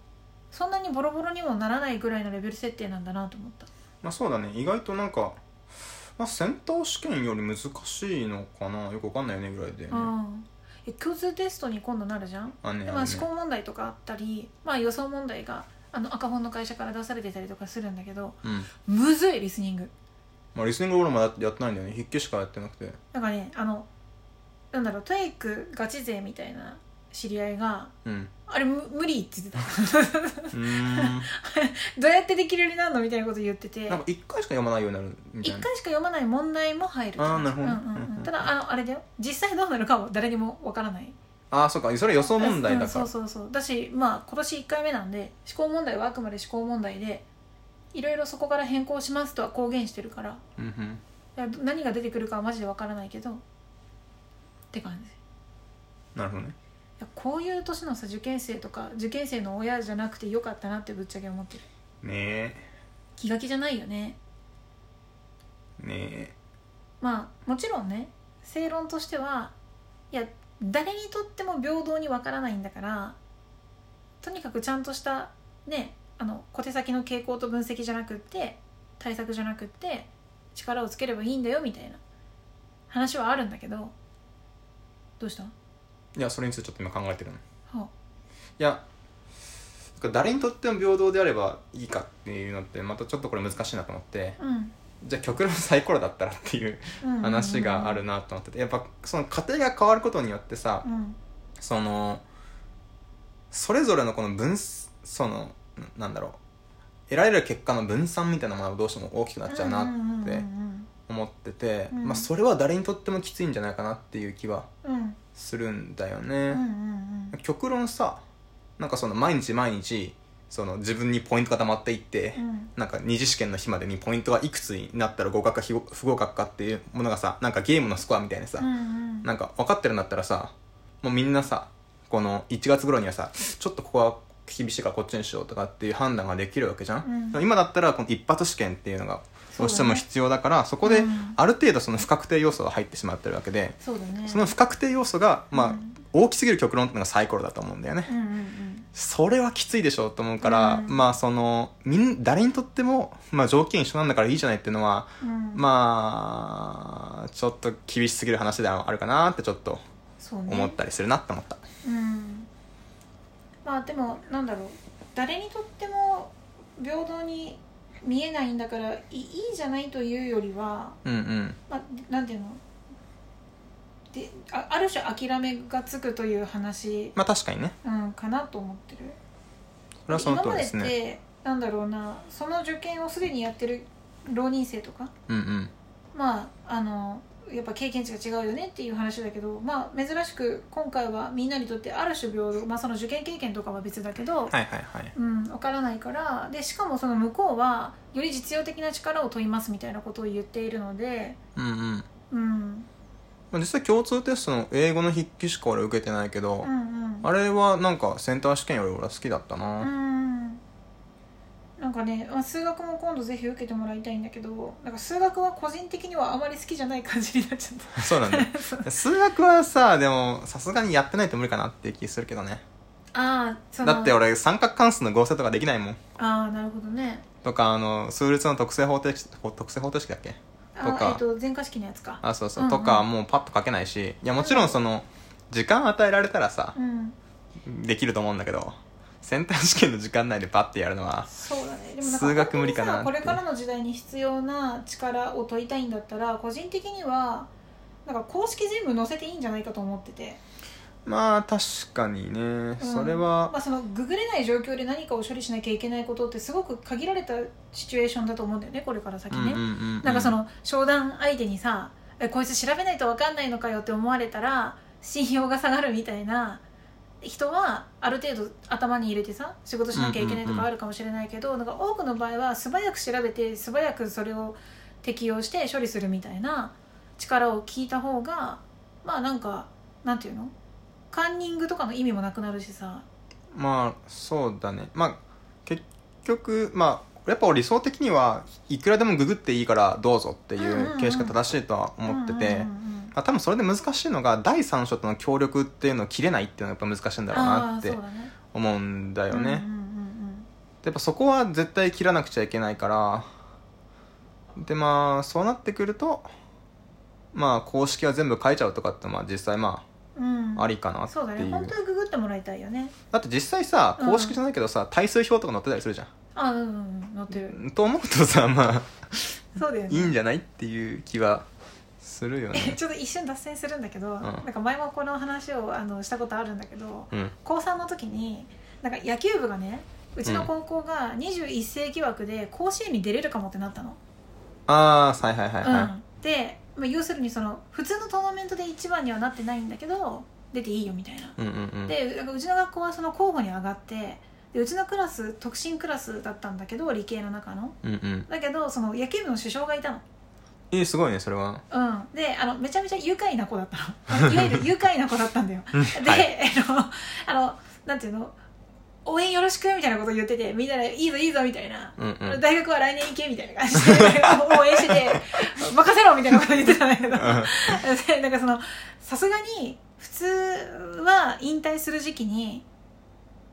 Speaker 2: そんなにボロボロにもならないぐらいのレベル設定なんだなと思った
Speaker 1: まあそうだね意外となんか、まあ、センター試験より難しいのかなよくわかんないよねぐらいで、ね、
Speaker 2: うんえ共通テストに今度なるじゃん
Speaker 1: あね
Speaker 2: で
Speaker 1: あの
Speaker 2: まあ
Speaker 1: ね
Speaker 2: 試行問題とかあったり、まあ、予想問題があの赤本の会社から出されてたりとかするんだけど
Speaker 1: うん
Speaker 2: むずいリスニング
Speaker 1: まあ、リスニングロールもややってないんだよね筆記しかやってなくて
Speaker 2: なんかねあのなんだろうトイックガチ勢みたいな知り合いが
Speaker 1: うん
Speaker 2: あれむ無理って言ってた
Speaker 1: うーん
Speaker 2: どうやってできるようになるのみたいなこと言ってて
Speaker 1: なんか1回しか読まないようになるみた
Speaker 2: 一
Speaker 1: いな
Speaker 2: 回しか読まない問題も入るって
Speaker 1: あーなるほどね
Speaker 2: うんう
Speaker 1: うん
Speaker 2: んう、
Speaker 1: うんん
Speaker 2: ただあのあれだよ実際どうなるかは誰にもわからない
Speaker 1: ああそうかそれ予想問題だか
Speaker 2: う
Speaker 1: ら、
Speaker 2: んそうそうそうだしまあ今年1回目なんで思考問題はあくまで思考問題でいろいろそこから変更しますとは公言してるから
Speaker 1: うんうん
Speaker 2: いや何が出てくるかはマジでわからないけどって感じ
Speaker 1: なるほどね
Speaker 2: いやこういう年のさ受験生とか受験生の親じゃなくてよかったなってぶっちゃけ思ってる
Speaker 1: ね
Speaker 2: 気が気じゃないよね
Speaker 1: えね
Speaker 2: まあもちろんね正論としてはいや誰にとっても平等にわからないんだからとにかくちゃんとしたねあの小手先の傾向と分析じゃなくって対策じゃなくって力をつければいいんだよみたいな話はあるんだけどどうした
Speaker 1: えいやそれについてちょっと今考えてるのい
Speaker 2: は
Speaker 1: や誰にとっても平等であればいいかっていうのってまたちょっとこれ難しいなと思って
Speaker 2: あ、うん
Speaker 1: じゃあ極論サイコロだったらっていう
Speaker 2: うん、
Speaker 1: 話があるなと思っててやっぱその家庭が変わることによってさ
Speaker 2: うん
Speaker 1: そのそれぞれのこの分そのななんだろう得られる結果の分散みたいなものがどうしても大きくなっちゃうなって思ってて、
Speaker 2: うん
Speaker 1: まあ、それは誰にとってもきついんじゃないかなっていう気は
Speaker 2: うんうん
Speaker 1: するんだよ
Speaker 2: うんうん
Speaker 1: ね、
Speaker 2: うん
Speaker 1: 極論さなんかその毎日毎日その自分にポイントが溜まっていって、
Speaker 2: うんうん
Speaker 1: なんか二次試験の日までにポイントがいくつになったら合格か非合不合格かっていうものがさなんかゲームのスコアみたいなさ、
Speaker 2: うん
Speaker 1: なんか分かってるんだったらさもうみんなさこの1月頃にはさちょっとここは厳しいからこっちにしようとかっていう判断ができるわけじゃん、
Speaker 2: うん
Speaker 1: 今だったらこの一発試験っていうのがどうしても必要だからそこ
Speaker 2: う
Speaker 1: で
Speaker 2: ん
Speaker 1: ある程度その不確定要素が入ってしまってるわけで、
Speaker 2: そうだね
Speaker 1: その不確定要素が
Speaker 2: う
Speaker 1: ま
Speaker 2: ん
Speaker 1: あ大きすぎる極論ってのがサイコロだと思うんだよね、
Speaker 2: うんうんうん
Speaker 1: それはきついでしょうと思うから、
Speaker 2: うん
Speaker 1: まあそのみん誰にとっても、まあ、条件一緒なんだからいいじゃないっていうのは、
Speaker 2: うん
Speaker 1: まあちょっと厳しすぎる話ではあるかなってちょっと
Speaker 2: そうね
Speaker 1: 思ったりするなって思った、
Speaker 2: うんまあでもなんだろう誰にとっても平等に見えないんだからいいいじゃないというよりは、
Speaker 1: うんうん
Speaker 2: まあ、なんていうのであある種諦めがつくという話、
Speaker 1: まあ確かにね
Speaker 2: うん、かなと思ってる
Speaker 1: それはその通りです
Speaker 2: 今まで
Speaker 1: ね
Speaker 2: ってなんだろうなその受験をすでにやってる浪人生とか
Speaker 1: うんうん
Speaker 2: まああのやっぱ経験値が違うよねっていう話だけど、まあ、珍しく今回はみんなにとってある種平等、まあ、その受験経験とかは別だけど、
Speaker 1: はいはいはい
Speaker 2: うん、分からないからでしかもその向こうはより実用的な力を問いますみたいなことを言っているので、
Speaker 1: うんうん、ま
Speaker 2: うん、
Speaker 1: あ、実際共通テストの英語の筆記しか俺受けてないけど
Speaker 2: うんう、ん
Speaker 1: あれはなんかセンター試験より俺は好きだった
Speaker 2: う
Speaker 1: な、
Speaker 2: んなんかね、まあ、数学も今度ぜひ受けてもらいたいんだけどなんか数学は個人的にはあまり好きじゃない感じになっちゃっ
Speaker 1: そうなんだ よ数学はさでもさすがにやってないと無理かなっていう気するけどね
Speaker 2: たああその
Speaker 1: だって俺三角関数の合成とかできないもん
Speaker 2: ああなるほどね
Speaker 1: とかあの数列の特性方程式特性方程式だっけ
Speaker 2: あ
Speaker 1: とか
Speaker 2: えっと前科式のやつか
Speaker 1: あそうそう、
Speaker 2: うんうん
Speaker 1: とかもうパッと書けないしいやもちろんその時間与えられたらさ
Speaker 2: うん
Speaker 1: できると思うんだけどセンター試験の時間内でパッてやるのは
Speaker 2: そうだねで
Speaker 1: 数学無理かなって
Speaker 2: 本当にさこれからの時代に必要な力を問いたいんだったら個人的にはなんか公式全部載せていいんじゃないかと思ってて
Speaker 1: まあ確かにねそれは、
Speaker 2: まあ、そのググれない状況で何かを処理しなきゃいけないことってすごく限られたシチュエーションだと思うんだよねこれから先ね、
Speaker 1: うんうんうう
Speaker 2: なんかその商談相手にさ「えこいつ調べないと分かんないのかよ」って思われたら信用が下がるみたいな人はある程度頭に入れてさ仕事しなきゃいけない
Speaker 1: うん
Speaker 2: と
Speaker 1: うんう
Speaker 2: か
Speaker 1: ん
Speaker 2: あるかもしれないけど、なんか多くの場合は素早く調べて素早くそれを適用して処理するみたいな力を聞いた方がまあなんかなんていうのカンニングとかの意味もなくなるしさ
Speaker 1: まあそうだねまあ結局まあやっぱ理想的にはいくらでもググっていいからどうぞっていう形式が正しいとは思ってて、
Speaker 2: うんうんうんうん
Speaker 1: まあ、多分それで難しいのが第三者との協力っていうのを切れないっていうのがやっぱ難しいんだろうなっ
Speaker 2: あー
Speaker 1: て
Speaker 2: そうだね
Speaker 1: 思うんだよね、
Speaker 2: うんうんうん
Speaker 1: やっぱそこは絶対切らなくちゃいけないからでまあそうなってくるとまあ公式は全部変えちゃうとかってまあ実際ま
Speaker 2: うんうん
Speaker 1: あありかなってい
Speaker 2: そう
Speaker 1: う
Speaker 2: だね本当はググってもらいたいよね
Speaker 1: だって実際さ
Speaker 2: うん
Speaker 1: 公式じゃないけどさ対数表とか載ってたりするじゃん
Speaker 2: あうんうん載ってる
Speaker 1: と思うとさまあ
Speaker 2: そうだよ
Speaker 1: いい
Speaker 2: ね
Speaker 1: んじゃないっていう気はするよね
Speaker 2: ちょっと一瞬脱線するんだけど、
Speaker 1: ん
Speaker 2: なんか前もこの話をあのしたことあるんだけど
Speaker 1: うん
Speaker 2: 高3の時になんか野球部がねうちの高校が21世紀枠で甲子園に出れるかもってなったの、
Speaker 1: ああはいはいはいはい、
Speaker 2: うん、で、まあ、要するにその普通のトーナメントで一番にはなってないんだけど出ていいよみたいな
Speaker 1: うん、うんうん
Speaker 2: でなんかうちの学校はその候補に上がってでうちのクラス特進クラスだったんだけど理系の中の
Speaker 1: うんうん
Speaker 2: だけどその野球部の主将がいたの
Speaker 1: えー、すごいねそれは
Speaker 2: うん、であのめちゃめちゃ愉快な子だっ たのいわゆる愉快な子だったんだよ
Speaker 1: うん
Speaker 2: で、
Speaker 1: はい
Speaker 2: あのあのなんていうの応援よろしくみたいなこと言っててみんなで「いいぞいいぞ」みたいな、
Speaker 1: うん うん
Speaker 2: 大学は来年行けみたいな感じで 応援してて「任せろ」みたいなこと言ってたんだけどでなんかそのさすがに普通は引退する時期に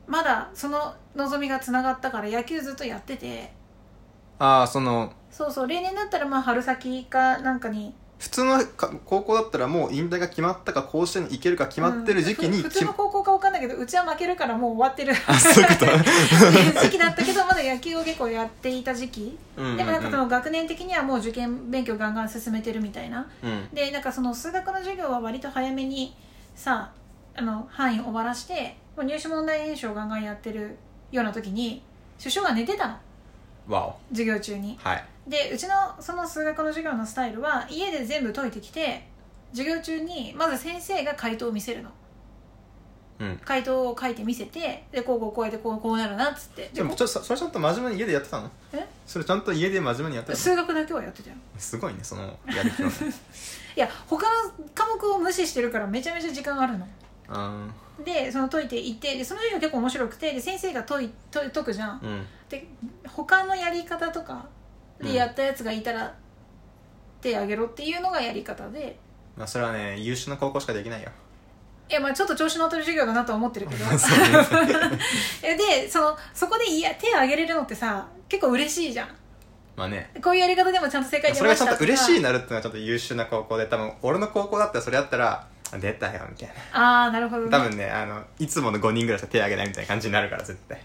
Speaker 2: まだその望みがつながったから野球ずっとやってて
Speaker 1: ああその
Speaker 2: そうそう例年だったらまあ春先かなんかに
Speaker 1: 普通のか高校だったらもう引退が決まったか甲子園に行けるか決まってる時期
Speaker 2: うん
Speaker 1: に
Speaker 2: ふ普
Speaker 1: き
Speaker 2: 通の高校か分かんないけどうちは負けるからもう終わってる
Speaker 1: あそういうこと
Speaker 2: 時期だったけどまだ野球を結構やっていた時期
Speaker 1: うんうんうん
Speaker 2: でもなんかその学年的にはもう受験勉強ガンガン進めてるみたいな
Speaker 1: うん
Speaker 2: でなんかその数学の授業は割と早めにさあの範囲を終わらしてもう入試問題演習をガンガンやってるような時に首相が寝てたの
Speaker 1: わお
Speaker 2: 授業中に
Speaker 1: はい
Speaker 2: でうちのその数学の授業のスタイルは家で全部解いてきて授業中にまず先生が回答を見せるの
Speaker 1: うん
Speaker 2: 回答を書いて見せてでこうこうこうやってこうこうなるなっつって
Speaker 1: で
Speaker 2: で
Speaker 1: もちょそれちゃんと真面目に家でやってたの
Speaker 2: え
Speaker 1: それちゃんと家で真面目にやってたの
Speaker 2: 数学だけはやってたよ
Speaker 1: すごいねそのやる気 のね
Speaker 2: いや他の科目を無視してるからめちゃめちゃ時間あるの
Speaker 1: あ
Speaker 2: でその解いていってでその授業結構面白くてで先生が解い解解くじゃん
Speaker 1: ーうん
Speaker 2: で他のやり方とかでやったやつがいたら手あげろっていうのがやり方で
Speaker 1: まあそれはね優秀な高校しかできないよ
Speaker 2: いやまあちょっと調子乗ってる授業だなとは思ってるけど
Speaker 1: そうね
Speaker 2: でそのそこでいや手を挙げれるのってさ結構嬉しいじゃん
Speaker 1: まあね
Speaker 2: こういうやり方でもちゃんと正解出
Speaker 1: それ
Speaker 2: ま
Speaker 1: が
Speaker 2: し
Speaker 1: ち
Speaker 2: た
Speaker 1: ゃんと嬉しい
Speaker 2: な
Speaker 1: なるってのはちょっと優秀な高校で多分俺の高校だったらそれやったらあ出たよみたいな
Speaker 2: ああなるほど、ね、
Speaker 1: 多分ねあのいつもの5人ぐらいしか手挙げないみたいな感じになるから絶対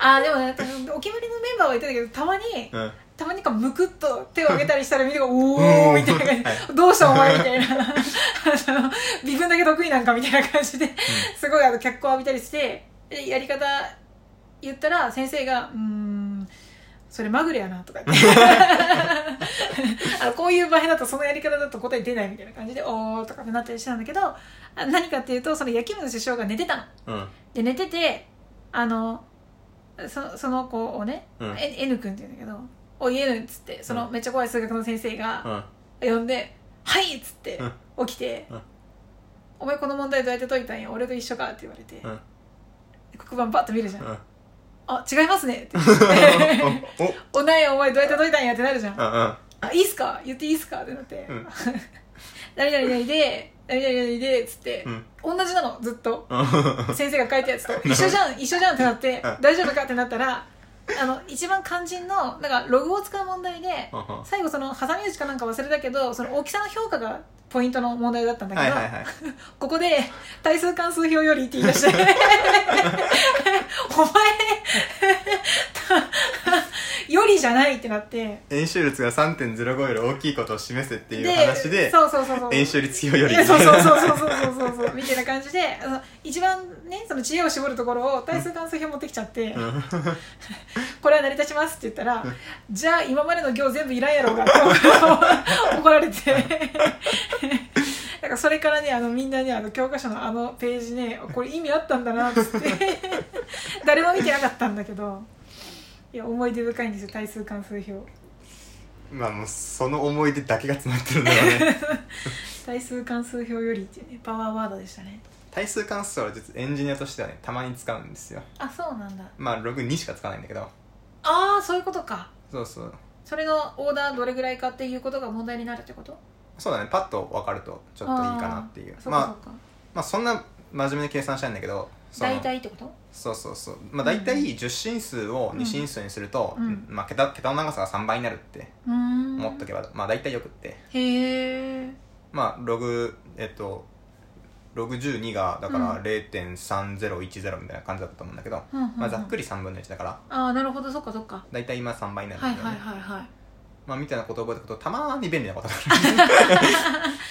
Speaker 2: あーでもね私お決まりのメンバーはいたんだけどたまに、
Speaker 1: うん
Speaker 2: たまにかむくっと手を挙げたりしたらみんなが「おお」みたいな感じで「どうしたお前」み たいなあの微分だけ得意なんかみたいな感じで、すごいあの脚光浴びたりしてでやり方言ったら先生が「うーんそれまぐれやな」とか 言ってあのこういう場合だとそのやり方だと答え出ないみたいな感じで「おお」とかってなったりしたんだけどあ何かっていうとその野球部の師匠が寝てたの。
Speaker 1: うん
Speaker 2: で寝ててあのそその子をね、
Speaker 1: うん
Speaker 2: え N 君って言うんだけど「おい N」っつってその
Speaker 1: う
Speaker 2: めっちゃ怖い数学の先生
Speaker 1: う
Speaker 2: が
Speaker 1: ん
Speaker 2: 呼んで「はい!」っつって起きて
Speaker 1: うん
Speaker 2: 「お前この問題どうやって解いたんや俺と一緒か」って言われて
Speaker 1: うん
Speaker 2: 黒板バッと見るじゃ
Speaker 1: うんん
Speaker 2: 「あ違いますね」って言って
Speaker 1: おお
Speaker 2: おなんやお前どうやって解いたんや」ってなるじゃん
Speaker 1: うんうん
Speaker 2: あ、いいっすか言っていいっすかってなって。
Speaker 1: うん
Speaker 2: 何々々で、何々々で、つって、
Speaker 1: うん
Speaker 2: 同じなの、ずっ と。
Speaker 1: うん
Speaker 2: 先生が書いたやつと、一緒じゃん、一緒じゃんってなって
Speaker 1: うん、
Speaker 2: 大丈夫かってなったら、あの、一番肝心の、なんか、ログを使う問題で
Speaker 1: うんうん、
Speaker 2: 最後その、ハサミ打ちかなんか忘れたけど、その大きさの評価がポイントの問題だったんだ
Speaker 1: は
Speaker 2: け
Speaker 1: い
Speaker 2: ど、
Speaker 1: はいはい
Speaker 2: ここで、対数関数表よりって言い出 して、お前、 よりりじゃないってなって
Speaker 1: 円周率が3.05より大きいことを示せって
Speaker 2: で
Speaker 1: いう話で
Speaker 2: そうそうそうそう
Speaker 1: 円周率表より
Speaker 2: いやそうそうそうそうそうそうそうみたいな感じであの一番ねその知恵を絞るところを対数関数表持ってきちゃって、
Speaker 1: うん
Speaker 2: これは成り立ちますって言ったら、じゃあ今までの行全部いらんや ろうがって怒られてだからそれからねあのみんなねあの教科書のあのページねこれ意味あったんだなっつって 誰も見てなかったんだけどいや思い出深いんですよ対数関数表
Speaker 1: まあもうその思い出だけが詰まってるんだろう ね
Speaker 2: 対数関数表よりっていうねパワーワードでしたね
Speaker 1: 対数関数は実はエンジニアとしてはねたまに使うんですよ
Speaker 2: あそうなんだ
Speaker 1: まあログ2しか使わないんだけど
Speaker 2: ああそういうことか
Speaker 1: そうそう
Speaker 2: それのオーダーどれぐらいかっていうことが問題になるってこと
Speaker 1: そうだねパッと分かるとちょっといいかなっていう
Speaker 2: あーそう
Speaker 1: ま
Speaker 2: か
Speaker 1: あ
Speaker 2: そうか、
Speaker 1: まあそんな真面目に計算したいんだけどその
Speaker 2: 大体ってこと
Speaker 1: そうそうそうまあ大体
Speaker 2: うん
Speaker 1: 10進数を2進数にすると、
Speaker 2: うん
Speaker 1: まあ、桁桁の長さが3倍になるって
Speaker 2: うーん
Speaker 1: 思っとけば、まあ大体よくって
Speaker 2: へえ
Speaker 1: まあログえっとログ12がだか
Speaker 2: う
Speaker 1: ら
Speaker 2: ん
Speaker 1: 0.3010みたいな感じだったと思うんだけど、まあ、ざっく
Speaker 2: り
Speaker 1: り3分の1だから
Speaker 2: ああなるほどそっかそっか
Speaker 1: 大体今3倍になるんだ
Speaker 2: はい
Speaker 1: よね、
Speaker 2: はいはいは
Speaker 1: まあみたいなことを覚えておくとたまーに便利なことが あ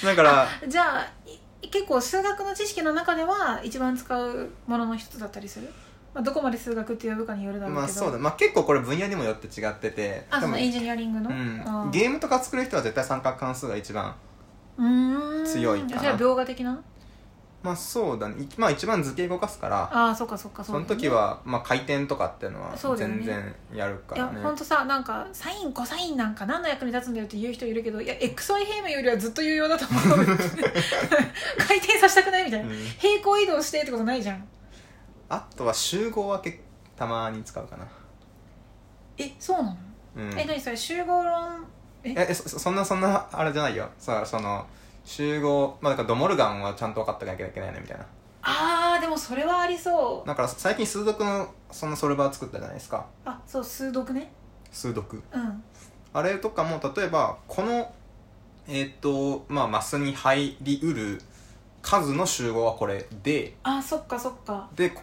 Speaker 1: るだから
Speaker 2: いじゃあい結構数学の知識の中では一番使うものの一つだったりする、まあ、どこまで数学って呼ぶかによるだろうけど
Speaker 1: まあそうだまあ結構これ分野にもよって違ってて
Speaker 2: あそのエン
Speaker 1: う
Speaker 2: ジニアリングの、あ
Speaker 1: ん、ゲームとか作る人は絶対三角関数が一番
Speaker 2: うーん
Speaker 1: 強いかな
Speaker 2: それは描画的な
Speaker 1: まあそうだねいまあ一番図形動かすから
Speaker 2: ああそっかそっか
Speaker 1: そ,、
Speaker 2: うだ
Speaker 1: の
Speaker 2: ね
Speaker 1: 時は、まあ、回転とかっていうのは
Speaker 2: そうだよね
Speaker 1: 全然やるか
Speaker 2: いや
Speaker 1: らね
Speaker 2: ほんとさなんかサインコサインなんか何の役に立つんだよって言う人いるけどいや XY 平面よりはずっと有用だと思 う回転させたくないみたいな、
Speaker 1: うん
Speaker 2: 平行移動してってことないじゃん
Speaker 1: あとは集合は結構たまに使うかな
Speaker 2: えそうなの、
Speaker 1: うん
Speaker 2: え何それ集合論
Speaker 1: ええそそんなそんなあれじゃないよさあその集合まあだからドモルガンはちゃんと分かってなきゃいけないねみたいな
Speaker 2: あーでもそれはありそう
Speaker 1: だから最近数独のそのソルバー作ったじゃないですか
Speaker 2: あそう数読ね
Speaker 1: 数独
Speaker 2: うん
Speaker 1: あれとかも例えばこのえーっ、とまあマスに入りうる数の集合はこれで
Speaker 2: あそっかそっか
Speaker 1: でこ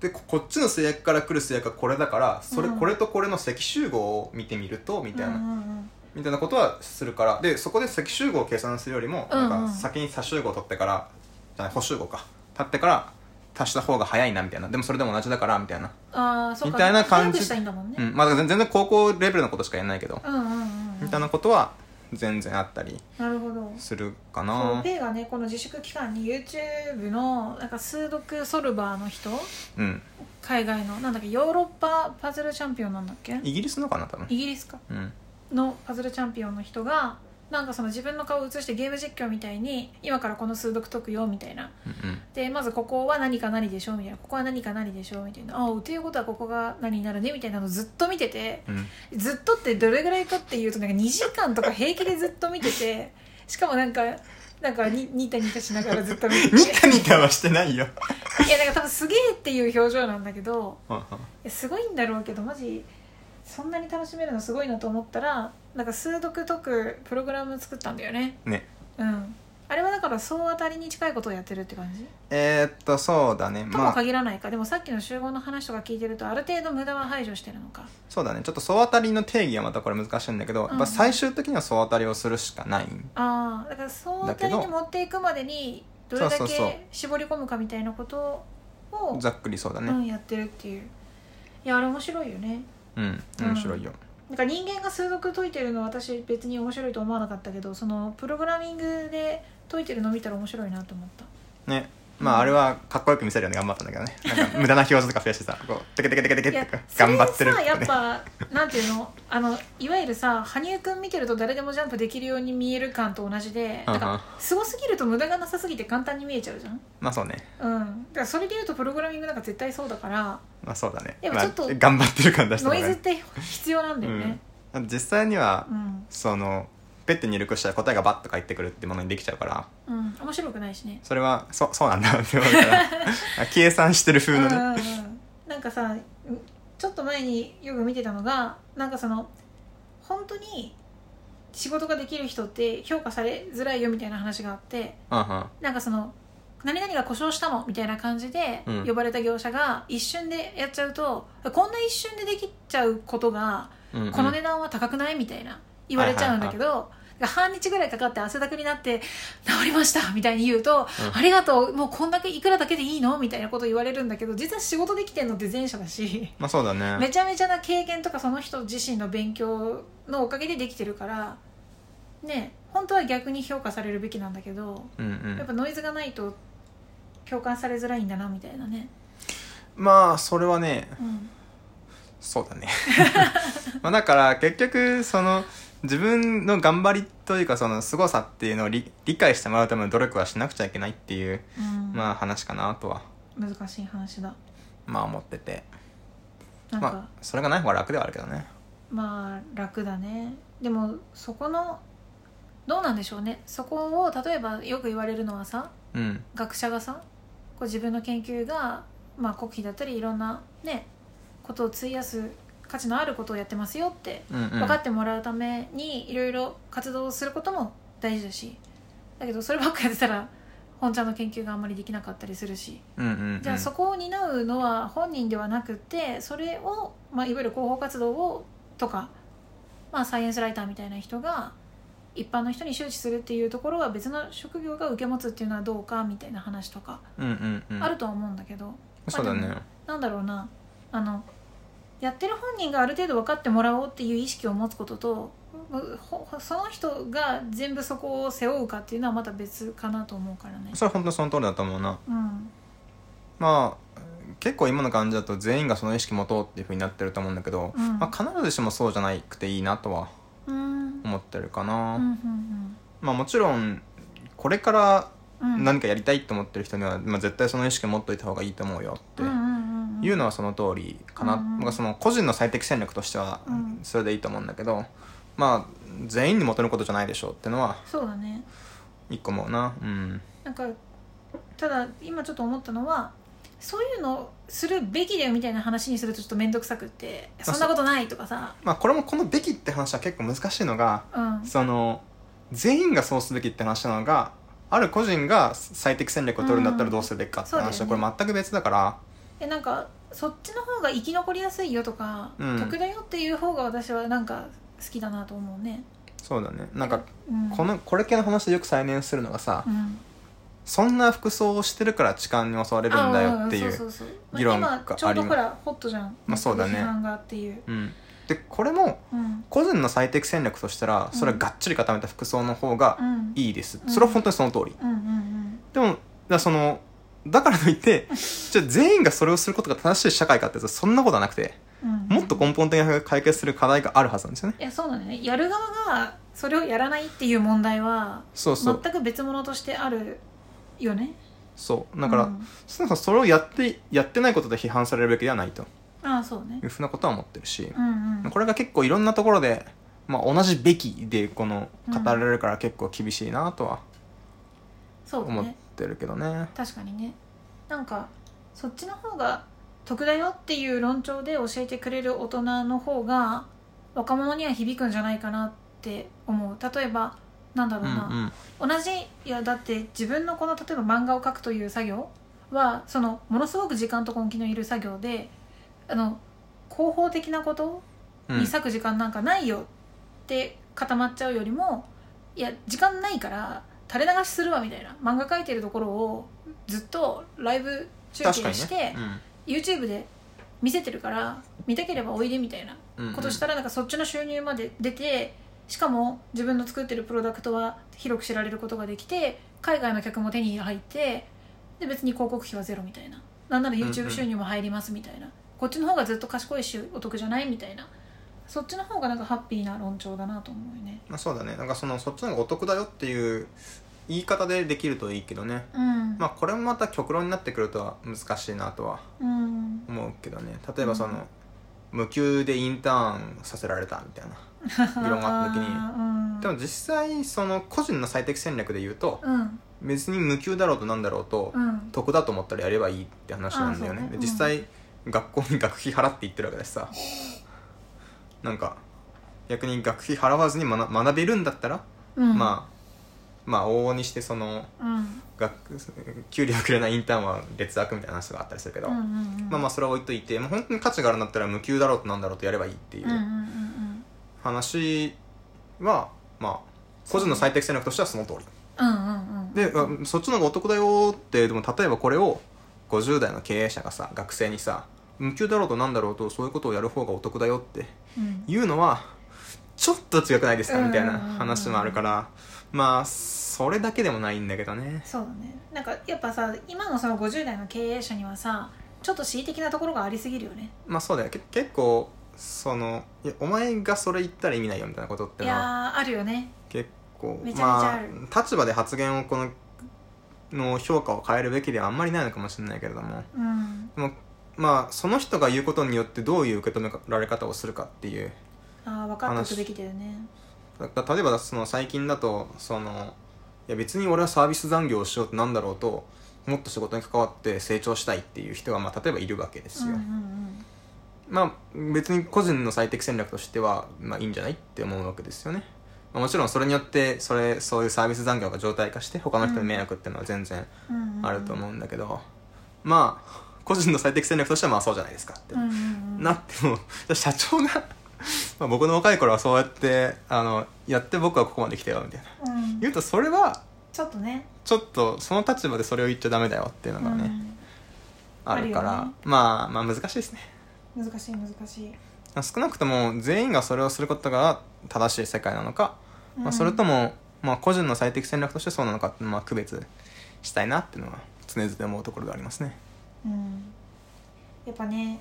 Speaker 1: でここっちの制約から来る制約はこれだからそれ、
Speaker 2: うん
Speaker 1: これとこれの積集合を見てみるとみたいな、
Speaker 2: うんうん
Speaker 1: みたいなことはするからでそこで積集合を計算するよりも、
Speaker 2: うんうん
Speaker 1: なんか先に差集合を取ってからじゃない補集合か立ってから足した方が早いなみたいなでもそれでも同じだからみたいな、
Speaker 2: うん、あーそっか
Speaker 1: みたいな感じ
Speaker 2: 早くしたいんだもんね、
Speaker 1: うんまあ、だから全然高校レベルのことしかやんないけど、
Speaker 2: うん、うんうんうん
Speaker 1: みたいなことは全然あったり
Speaker 2: なるほど
Speaker 1: するか
Speaker 2: そう
Speaker 1: な
Speaker 2: ペイがねこの自粛期間に YouTube のなんか数読ソルバーの人
Speaker 1: うん
Speaker 2: 海外のなんだっけヨーロッパパズルチャンピオンなんだっけ
Speaker 1: イギリスのかな多分
Speaker 2: イギリスか
Speaker 1: うん
Speaker 2: のパズルチャンピオンの人がなんかその自分の顔を映してゲーム実況みたいに今からこの数読解くよみたいな
Speaker 1: うん
Speaker 2: でまずここは何か何でしょうみたいなここは何か何でしょうみたいなああということはここが何になるねみたいなのをずっと見てて
Speaker 1: うんうん
Speaker 2: ずっとってどれぐらいかっていうとなんか2時間とか平気でずっと見ててしかもなんかなんかにニタニタしながらずっと見 てて
Speaker 1: ニタニタはしてないよ
Speaker 2: いやなんか多分すげえっていう表情なんだけど
Speaker 1: うんうん
Speaker 2: いやすごいんだろうけどマジそんなに楽しめるのすごいなと思ったらなんか数読解くプログラム作ったんだよね
Speaker 1: ね
Speaker 2: うんあれはだから総当たりに近いことをやってるって感じ
Speaker 1: えー、っとそうだね
Speaker 2: とも
Speaker 1: まあ
Speaker 2: 限らないか、でもさっきの集合の話とか聞いてるとある程度無駄は排除してるのか
Speaker 1: そうだねちょっと総当たりの定義はまたこれ難しいんだけど、やっぱ最終的には総当たりをするしかない
Speaker 2: ああだから総当たりに持っていくまでにどれだ
Speaker 1: そうそうそう
Speaker 2: け絞り込むかみたいなことを
Speaker 1: ざっくりそうだ
Speaker 2: う
Speaker 1: ね
Speaker 2: ん、やってるっていういやあれ面白いよね
Speaker 1: うん、
Speaker 2: うん
Speaker 1: 面白いよ
Speaker 2: なんか人間が数独解いてるのは私別に面白いと思わなかったけどそのプログラミングで解いてるの見たら面白いなと思った
Speaker 1: ねまああれはかっこよく見せるように頑張ったんだけどねなんか無駄な表情とか増やしてさこうテケテケテケテケ
Speaker 2: い
Speaker 1: っ
Speaker 2: や
Speaker 1: て
Speaker 2: それ
Speaker 1: 頑張ってる
Speaker 2: さ
Speaker 1: て、
Speaker 2: やっ
Speaker 1: ね、
Speaker 2: ぱなんていうのあのいわゆるさ羽生くん見てると誰でもジャンプできるように見える感と同じで
Speaker 1: うんう
Speaker 2: なんんかすごすぎると無駄がなさすぎて簡単に見えちゃうじゃん
Speaker 1: まあそうね
Speaker 2: うんだからそれでいうとプログラミングなんか絶対そうだから
Speaker 1: まあそうだね
Speaker 2: やっぱちょっと
Speaker 1: まあ、頑張ってる感出して
Speaker 2: ノ
Speaker 1: も
Speaker 2: イ
Speaker 1: ら
Speaker 2: ズっ
Speaker 1: う
Speaker 2: て必要なんだよね
Speaker 1: うん、実際には、
Speaker 2: うん
Speaker 1: そのペッて入力したら答えがバッと返ってくるってものにできちゃうから
Speaker 2: うん、面白くないしね
Speaker 1: それはそそうなんだって思うから計算してる風の
Speaker 2: うんうん
Speaker 1: ね
Speaker 2: うんなんかさちょっと前によく見てたのがなんかその本当に仕事ができる人って評価されづらいよみたいな話があって
Speaker 1: うんうん
Speaker 2: なんかその何々が故障したのみたいな感じで
Speaker 1: うん
Speaker 2: 呼ばれた業者が一瞬でやっちゃうと、こんな一瞬でできちゃうことが
Speaker 1: うんうん
Speaker 2: この値段は高くないみたいな言われちゃうんだけど、半日ぐらいかかって汗だくになって治りましたみたいに言う
Speaker 1: う
Speaker 2: と、
Speaker 1: ん
Speaker 2: ありがとうもうこんだけいくらだけでいいのみたいなこと言われるんだけど実は仕事できてんのって前者だし
Speaker 1: まあそうだね
Speaker 2: めちゃめちゃな経験とかその人自身の勉強のおかげでできてるからね本当は逆に評価されるべきなんだけど
Speaker 1: うんう
Speaker 2: やっ
Speaker 1: ん
Speaker 2: ぱノイズがないと共感されづらいんだなみたいなね、
Speaker 1: まあそれはね
Speaker 2: うん、
Speaker 1: そうだね まあだから結局その自分の頑張りというかその凄さっていうのを理理解してもらうための努力はしなくちゃいけないっていう
Speaker 2: うん
Speaker 1: まあ話かなとは
Speaker 2: 難しい話だ
Speaker 1: まあ思ってて
Speaker 2: なんか、
Speaker 1: まあそれがない方が楽ではあるけどね
Speaker 2: まあ楽だねでもそこのどうなんでしょうねそこを例えばよく言われるのはさ
Speaker 1: うん
Speaker 2: 学者がさこう自分の研究が、まあ、国費だったりいろんなねことを費やす価値のあることをやってますよって
Speaker 1: うんうん
Speaker 2: 分かってもらうためにいろいろ活動することも大事だしだけどそればっかやってたら本ちゃんの研究があんまりできなかったりするし
Speaker 1: うんうんうん
Speaker 2: じゃあそこを担うのは本人ではなくてそれを、まあ、いわゆる広報活動をとか、まあ、サイエンスライターみたいな人が一般の人に周知するっていうところは別の職業が受け持つっていうのはどうかみたいな話とか
Speaker 1: うんうんうん
Speaker 2: あるとは思うんだけど、
Speaker 1: そうだね
Speaker 2: なんだろうなあのやってる本人がある程度分かってもらおうっていう意識を持つこととうほその人が全部そこを背負うかっていうのはまた別かなと思うからね。
Speaker 1: それは本当にその通りだと思うな
Speaker 2: うん
Speaker 1: まあ結構今の感じだと全員がその意識持とうっていうふうになってると思うんだけど、
Speaker 2: うん
Speaker 1: まあ、必ずしもそうじゃなくていいなとは
Speaker 2: うん
Speaker 1: 思ってるか
Speaker 2: う
Speaker 1: な、
Speaker 2: んうん
Speaker 1: まあもちろんこれから
Speaker 2: うんうん
Speaker 1: 何かやりたいと思ってる人には、まあ、絶対その意識持っといた方がいいと思うよって
Speaker 2: い
Speaker 1: いうのはその通りかな、
Speaker 2: うん
Speaker 1: まあその個人の最適戦略としては
Speaker 2: うん
Speaker 1: それでいいと思うんだけど、まあ全員に求めることじゃないでしょうってのは
Speaker 2: そうだね
Speaker 1: 一個思うなうん
Speaker 2: なんかただ今ちょっと思ったのはそういうのするべきだよみたいな話にするとちょっと面倒くさくって
Speaker 1: そ
Speaker 2: そ
Speaker 1: うん
Speaker 2: なことないとかさ
Speaker 1: まあこれもこの「べき」って話は結構難しいのが
Speaker 2: うん
Speaker 1: その全員がそうすべきって話なのがある個人が最適戦略を取るんだったらどうするべきかって話
Speaker 2: う
Speaker 1: は
Speaker 2: ん
Speaker 1: これ全く別だから
Speaker 2: えなんかそっちの方が生き残りやすいよとか、
Speaker 1: うん
Speaker 2: 得だよっていう方が私はなんか好きだなと思うね、
Speaker 1: そうだねなんか
Speaker 2: うん、
Speaker 1: このこれ系の話でよく再燃するのがさ
Speaker 2: うん
Speaker 1: そんな服装をしてるから痴漢に襲われるんだよってい
Speaker 2: あんんそううそうそう
Speaker 1: 議論があり
Speaker 2: 今ちょうどほらホットじゃん、
Speaker 1: まあそうだね
Speaker 2: 批判がっていう、
Speaker 1: うんでこれも
Speaker 2: うん
Speaker 1: 個人の最適戦略としたらそれはがっちり固めた服装の方が
Speaker 2: うん、
Speaker 1: いいです
Speaker 2: うん
Speaker 1: それは本当にその通り
Speaker 2: うんうんうん
Speaker 1: でもだからそのだからといっ てじゃあ全員がそれをすることが正しい社会かっていうとそんなことはなくて
Speaker 2: うん
Speaker 1: もっと根本的な解決する課題があるはずなんですよね
Speaker 2: いやそうなんだねやる側がそれをやらないっていう問題は
Speaker 1: そうそう
Speaker 2: 全く別物としてあるよね
Speaker 1: そうだから、
Speaker 2: うん
Speaker 1: そもそもそれをやってやってないことで批判されるべきではないと
Speaker 2: ああそうね
Speaker 1: いうふうなことは思ってるし
Speaker 2: う、んうん
Speaker 1: これが結構いろんなところで、まあ、同じ「べき」でこの語られるから結構厳しいなとは
Speaker 2: そうだ
Speaker 1: 思っ
Speaker 2: ね
Speaker 1: てるけどね
Speaker 2: 確かにねなんかそっちの方が得だよっていう論調で教えてくれる大人の方が若者には響くんじゃないかなって思う例えばなんだろ
Speaker 1: う
Speaker 2: うん
Speaker 1: うん
Speaker 2: な、同じいやだって自分のこの例えば漫画を描くという作業はそのものすごく時間と根気のいる作業であの広報的なこと
Speaker 1: うん
Speaker 2: に割く時間なんかないよって固まっちゃうよりもいや時間ないから垂れ流しするわみたいな漫画描いてるところをずっとライブ中継
Speaker 1: 確かに
Speaker 2: して、
Speaker 1: ね、
Speaker 2: YouTube で見せてるから見たければおいでみたいな
Speaker 1: うんうんうん
Speaker 2: ことしたらなんかそっちの収入まで出てしかも自分の作ってるプロダクトは広く知られることができて海外の客も手に入ってで別に広告費はゼロみたいななんなら
Speaker 1: うんう
Speaker 2: YouTube
Speaker 1: ん
Speaker 2: 収入も入りますみたいな、こっちの方がずっと賢いしお得じゃないみたいなそっちの方がなんかハッピーな論調だなと思うよね
Speaker 1: まあ、そうだねなんかそのそっちの方がお得だよっていう言い方でできるといいけどね
Speaker 2: うん、
Speaker 1: まあこれもまた極論になってくるとは難しいなとは
Speaker 2: うん
Speaker 1: 思うけどね例えばその、無給でインターンさせられたみた いな議論があった時に
Speaker 2: あー
Speaker 1: でも実際その個人の最適戦略で言うと
Speaker 2: うんうん
Speaker 1: 別に無給だろうとなんだろうと
Speaker 2: うん
Speaker 1: 得だと思ったらやればいいって話なんだよね
Speaker 2: あそうね
Speaker 1: で
Speaker 2: うん
Speaker 1: 実際学校に学費払って行ってるわけだしさなんか逆に学費払わずに学学べるんだったら、
Speaker 2: うん
Speaker 1: まあまあ往々にしてその
Speaker 2: うん
Speaker 1: 学給料くれないインターンは劣悪みたいな話とかあったりするけど、
Speaker 2: うんうんうん
Speaker 1: まあまあそれは置いといて、まあ、本当に価値があるんだったら無給だろうとなんだろうとやればいいってい
Speaker 2: うんうん
Speaker 1: う話は、まあ個人の最適戦略としてはその通り
Speaker 2: うんうんうんうん
Speaker 1: で、あそっちの方がお得だよってでも例えばこれを50代の経営者がさ学生にさ無給だろうとなんだろうとそういうことをやる方がお得だよって
Speaker 2: うん
Speaker 1: 言うのはちょっと強くないですかみたいな
Speaker 2: うんうんうんうん
Speaker 1: 話もあるからまあそれだけでもないんだけどね
Speaker 2: そうだねなんかやっぱさ今のその50代の経営者にはさちょっと恣意的なところがありすぎるよね
Speaker 1: まあそうだよけ結構そのいやお前がそれ言ったら意味ないよみたいなことって
Speaker 2: い
Speaker 1: のは
Speaker 2: やーあるよね
Speaker 1: 結構
Speaker 2: めちゃめちゃ
Speaker 1: ま
Speaker 2: ある
Speaker 1: あ立場で発言をこのの評価を変えるべきではあんまりないのかもしれないけれども
Speaker 2: うん
Speaker 1: でもまあその人が言うことによってどういう受け止められ方をするかっていう
Speaker 2: ああ分かっておくべきだよね
Speaker 1: だだ例えばその最近だとそのいや別に俺はサービス残業をしようってなんだろうともっと仕事に関わって成長したいっていう人が、まあ、例えばいるわけです
Speaker 2: うん
Speaker 1: よ、
Speaker 2: うんうん
Speaker 1: まあ別に個人の最適戦略としては、まあ、いいんじゃないって思うわけですよね、まあ、もちろんそれによってそれそういうサービス残業が状態化して他の人に迷惑っていうのは全然
Speaker 2: うんうんうん
Speaker 1: あると思うんだけど、まあ個人の最適戦略としてはまあそうじゃないですかって
Speaker 2: うんうんうん
Speaker 1: なっても、 社長が、まあ、僕の若い頃はそうやって、あの、やって僕はここまで来たよ、みたいな。
Speaker 2: うん
Speaker 1: 言うと、それは、
Speaker 2: ちょっとね
Speaker 1: ちょっと、その立場でそれを言っちゃダメだよっていうのがね、あるから、
Speaker 2: あるよね
Speaker 1: まあ、まあ難しいですね。
Speaker 2: うん難しい難しい、
Speaker 1: 少なくとも、全員がそれをすることが正しい世界なのか、まあ、それと
Speaker 2: も
Speaker 1: も、まあ、個人の最適戦略としてそうなのかって、まあ、区別したいなっていうのは、常々思うところがありますね。
Speaker 2: うん、やっぱね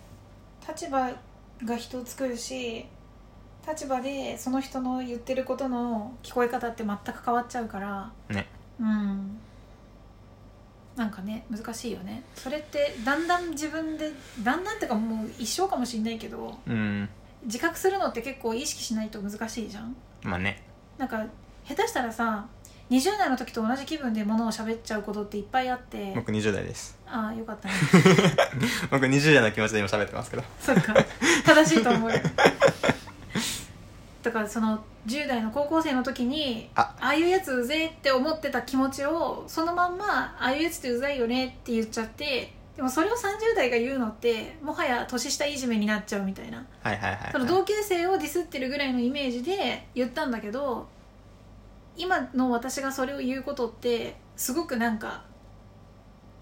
Speaker 2: 立場が人を作るし立場でその人の言ってることの聞こえ方って全く変わっちゃうから
Speaker 1: ね。
Speaker 2: うんなんかね難しいよねそれってだんだん自分でだんだんってかもう一生かもしんないけど
Speaker 1: うん。
Speaker 2: 自覚するのって結構意識しないと難しいじゃん
Speaker 1: まあね。
Speaker 2: なんか下手したらさ20代の時と同じ気分でものを喋っちゃうことっていっぱいあって
Speaker 1: 僕20代です。
Speaker 2: ああよかったね
Speaker 1: 僕20代の気持ちで今喋ってますけど。
Speaker 2: そっか正しいと思うよだからその10代の高校生の時に
Speaker 1: あ
Speaker 2: ああいうやつうぜえって思ってた気持ちをそのまんまああいうやつってうざいよねって言っちゃってでもそれを30代が言うのってもはや年下いじめになっちゃうみたいな
Speaker 1: はいはいはい、はい。
Speaker 2: その同級生をディスってるぐらいのイメージで言ったんだけど今の私がそれを言うことってすごくなんか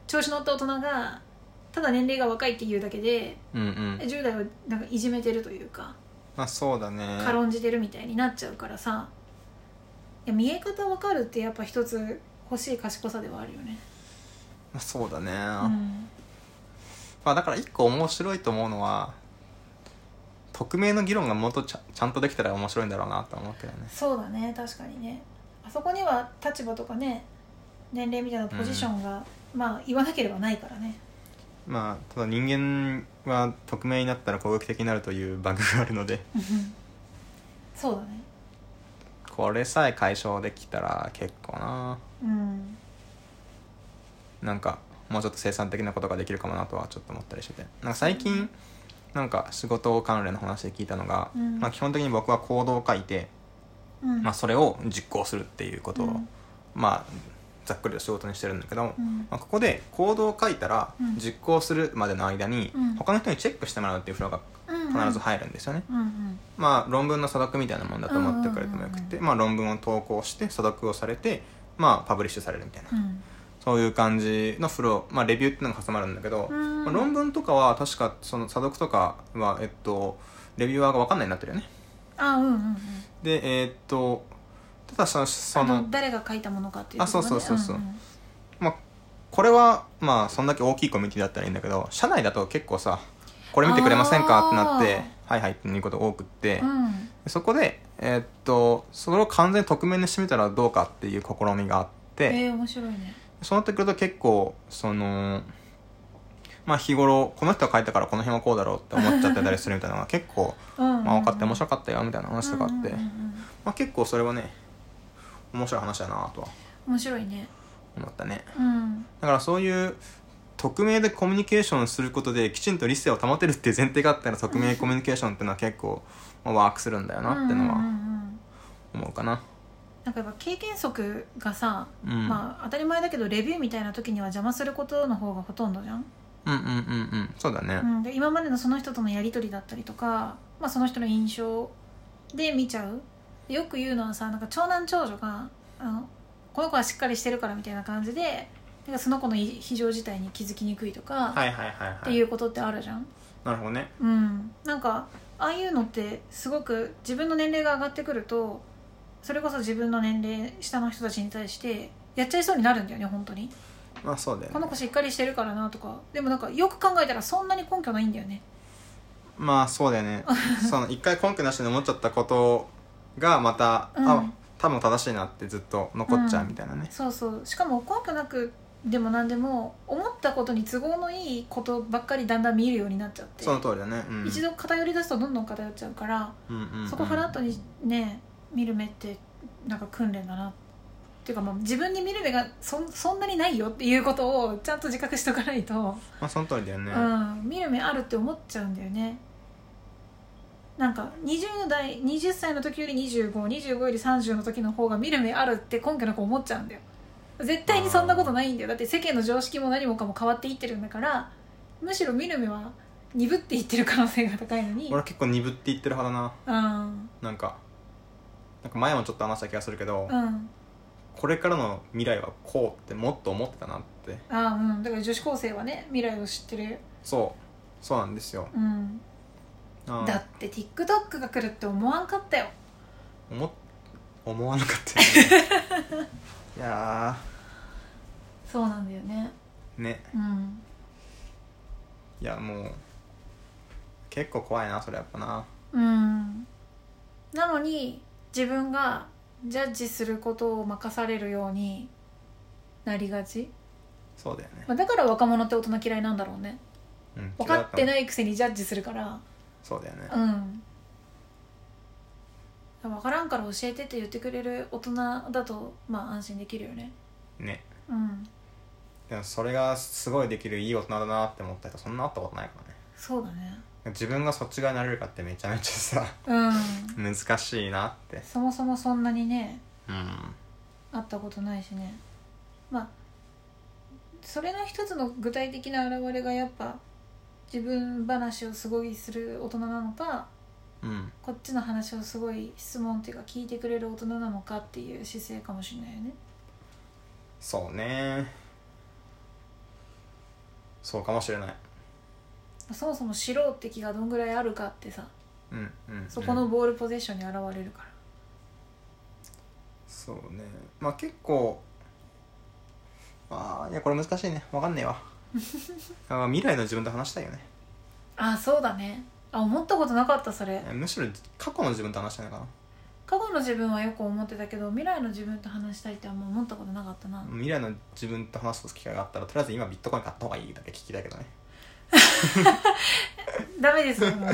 Speaker 2: 調子乗った大人がただ年齢が若いっていうだけで
Speaker 1: うんうん
Speaker 2: 10代をなんかいじめてるというか
Speaker 1: まあそうだね
Speaker 2: 軽んじてるみたいになっちゃうからさいや見え方わかるってやっぱ一つ欲しい賢さではあるよね、
Speaker 1: まあそうだね、
Speaker 2: うん、
Speaker 1: まあだから一個面白いと思うのは匿名の議論がもっとちゃちゃんとできたら面白いんだろうなと思うけどね
Speaker 2: そうだね確かにねあそこには立場とかね年齢みたいなポジションが、まあ言わなければないからね
Speaker 1: まあただ人間は匿名になったら攻撃的になるというバグがあるので
Speaker 2: そうだね
Speaker 1: これさえ解消できたら結構な
Speaker 2: うん
Speaker 1: なんかもうちょっと生産的なことができるかもなとはちょっと思ったりしててなんか最近なんか仕事関連の話で聞いたのが、
Speaker 2: うん
Speaker 1: まあ基本的に僕は行動を書いて、
Speaker 2: うん
Speaker 1: まあ、それを実行するっていうことを、
Speaker 2: うん
Speaker 1: まあざっくりと仕事にしてるんだけど、
Speaker 2: うん
Speaker 1: まあ、ここで行動を書いたら
Speaker 2: うん
Speaker 1: 実行するまでの間に
Speaker 2: うん
Speaker 1: 他の人にチェックしてもらうっていうフローが必ず入るんですよね、
Speaker 2: うんうん
Speaker 1: まあ論文の査読みたいなもんだと思ってくれてもよくて、
Speaker 2: う
Speaker 1: まあ、論文を投稿して査読をされてまあパブリッシュされるみたいな、
Speaker 2: うん
Speaker 1: そういう感じのフロー、まあ、レビューっていうのが挟まるんだけど、
Speaker 2: うん
Speaker 1: まあ、論文とかは確かその査読とかはえっとレビューアーが分かんないようになってるよね
Speaker 2: あうんうんうん
Speaker 1: でえーっとただそのそ
Speaker 2: あ
Speaker 1: の
Speaker 2: の誰が書いたものかっていう
Speaker 1: あそうそうそうそう
Speaker 2: ところね
Speaker 1: まあ、これはまあそんだけ大きいコミュニティだったらいいんだけど社内だと結構さこれ見てくれませんかってなってはいはいっていうこと多くって、
Speaker 2: んうんうん
Speaker 1: そこでえーっとそれを完全に匿名にしてみたらどうかっていう試みがあって、
Speaker 2: えー、面白いね
Speaker 1: そうなってくると結構そのまあ日頃この人が書いたからこの辺はこうだろうって思っちゃってたりするみたいなの が結構まあ分かって面白かったよみたいな話とかあって、
Speaker 2: うんうんうんうん
Speaker 1: まあ、結構それはね面白い話だなとは
Speaker 2: 面白いね
Speaker 1: 思ったね。
Speaker 2: うん
Speaker 1: だからそういう匿名でコミュニケーションすることできちんと理性を保てるっていう前提があったら匿名コミュニケーションっていうのは結構まあワークするんだよなっていうの
Speaker 2: うんう
Speaker 1: は
Speaker 2: ん
Speaker 1: 思うかな、
Speaker 2: なんかやっぱ経験則がさ、
Speaker 1: うん
Speaker 2: まあ当たり前だけどレビューみたいな時には邪魔することの方がほとんどじゃん、
Speaker 1: うんうんうんうんそうだね
Speaker 2: うん、で今までのその人とのやり取りだったりとか、まあ、その人の印象で見ちゃうでよく言うのはさなんか長男長女があのこの子はしっかりしてるからみたいな感じでなんかその子のい非常事態に気づきにくいとか、
Speaker 1: はいはいはい
Speaker 2: っ
Speaker 1: は
Speaker 2: て
Speaker 1: い
Speaker 2: いうことってあるじゃん、
Speaker 1: なるほどね
Speaker 2: うん、なんかああいうのってすごく自分の年齢が上がってくるとそれこそ自分の年齢下の人たちに対してやっちゃいそうになるんだよね本当に
Speaker 1: まあそうだよ
Speaker 2: こ
Speaker 1: ね
Speaker 2: の子しっかりしてるからなとかでもなんかよく考えたらそんなに根拠ないんだよね
Speaker 1: まあそうだよ ねその一回根拠なしに思っちゃったことがまた、
Speaker 2: うん
Speaker 1: あ多分正しいなってずっと残っちゃうみたいなね、
Speaker 2: そうそうしかも根拠なくでも何でも思ったことに都合のいいことばっかりだんだん見えるようになっちゃって
Speaker 1: その通りだね、うん、
Speaker 2: 一度偏り出すとどんどん偏っちゃうから、
Speaker 1: うんうんうん
Speaker 2: そこフラットにね見る目ってなんか訓練だなっていうかまあ自分に見る目がそんそんなにないよっていうことをちゃんと自覚しとかないと、
Speaker 1: まあその通りだよね、
Speaker 2: うん、見る目あるって思っちゃうんだよねなんか20代20歳の時より2525より30の時の方が見る目あるって根拠なく思っちゃうんだよ絶対にそんなことないんだよだって世間の常識も何もかも変わっていってるんだからむしろ見る目は鈍っていってる可能性が高いのに
Speaker 1: 俺結構鈍って言ってる派だな
Speaker 2: うん
Speaker 1: なんかなんか前もちょっと話した気がするけど、
Speaker 2: うん
Speaker 1: これからの未来はこうってもっと思ってたなって
Speaker 2: ああうんだから女子高生はね未来を知ってる、
Speaker 1: そうそうなんですよ、
Speaker 2: うん、
Speaker 1: あー
Speaker 2: だって TikTok が来るって思わんかったよ
Speaker 1: 思っ思わなかったよね いや
Speaker 2: そうなんだよね
Speaker 1: ーね
Speaker 2: うん
Speaker 1: いやもう結構怖いなそれやっぱな
Speaker 2: うんなのに自分がジャッジすることを任されるようになりがち、
Speaker 1: そうだよね、
Speaker 2: まあ、だから若者って大人嫌いなんだろうね
Speaker 1: うん、
Speaker 2: 分かって
Speaker 1: い
Speaker 2: ないくせにジャッジするから
Speaker 1: そうだよね
Speaker 2: うん分からんから教えてって言ってくれる大人だとまあ安心できるよね
Speaker 1: ね
Speaker 2: うん
Speaker 1: でもそれがすごいできるいい大人だなって思った人そんなあったことないからね
Speaker 2: そうだね
Speaker 1: 自分がそっち側になれるかってめちゃめちゃさ
Speaker 2: うん
Speaker 1: 難しいなって
Speaker 2: そもそもそんなにね
Speaker 1: うん
Speaker 2: 会ったことないしねまあそれの一つの具体的な表れがやっぱ自分話をすごいする大人なのか
Speaker 1: うん
Speaker 2: こっちの話をすごい質問っていうか聞いてくれる大人なのかっていう姿勢かもしれないよね
Speaker 1: そうねそうかもしれない
Speaker 2: そもそも知ろうって気がどんぐらいあるかってさ
Speaker 1: うんうん
Speaker 2: そこ
Speaker 1: う
Speaker 2: の
Speaker 1: ん
Speaker 2: ボールポゼッションに現れるから
Speaker 1: そうねまあ結構ああいやこれ難しいねわかんね えわあー未来の自分と話したいよね
Speaker 2: あそうだねあ思ったことなかったそれ
Speaker 1: えむしろ過去の自分と話したいのかな
Speaker 2: 過去の自分はよく思ってたけど未来の自分と話したいってあんま思ったことなかったな
Speaker 1: 未来の自分と話す機会があったらとりあえず今ビットコイン買った方がいいだけ聞きたいけどね
Speaker 2: ダメ ですよもう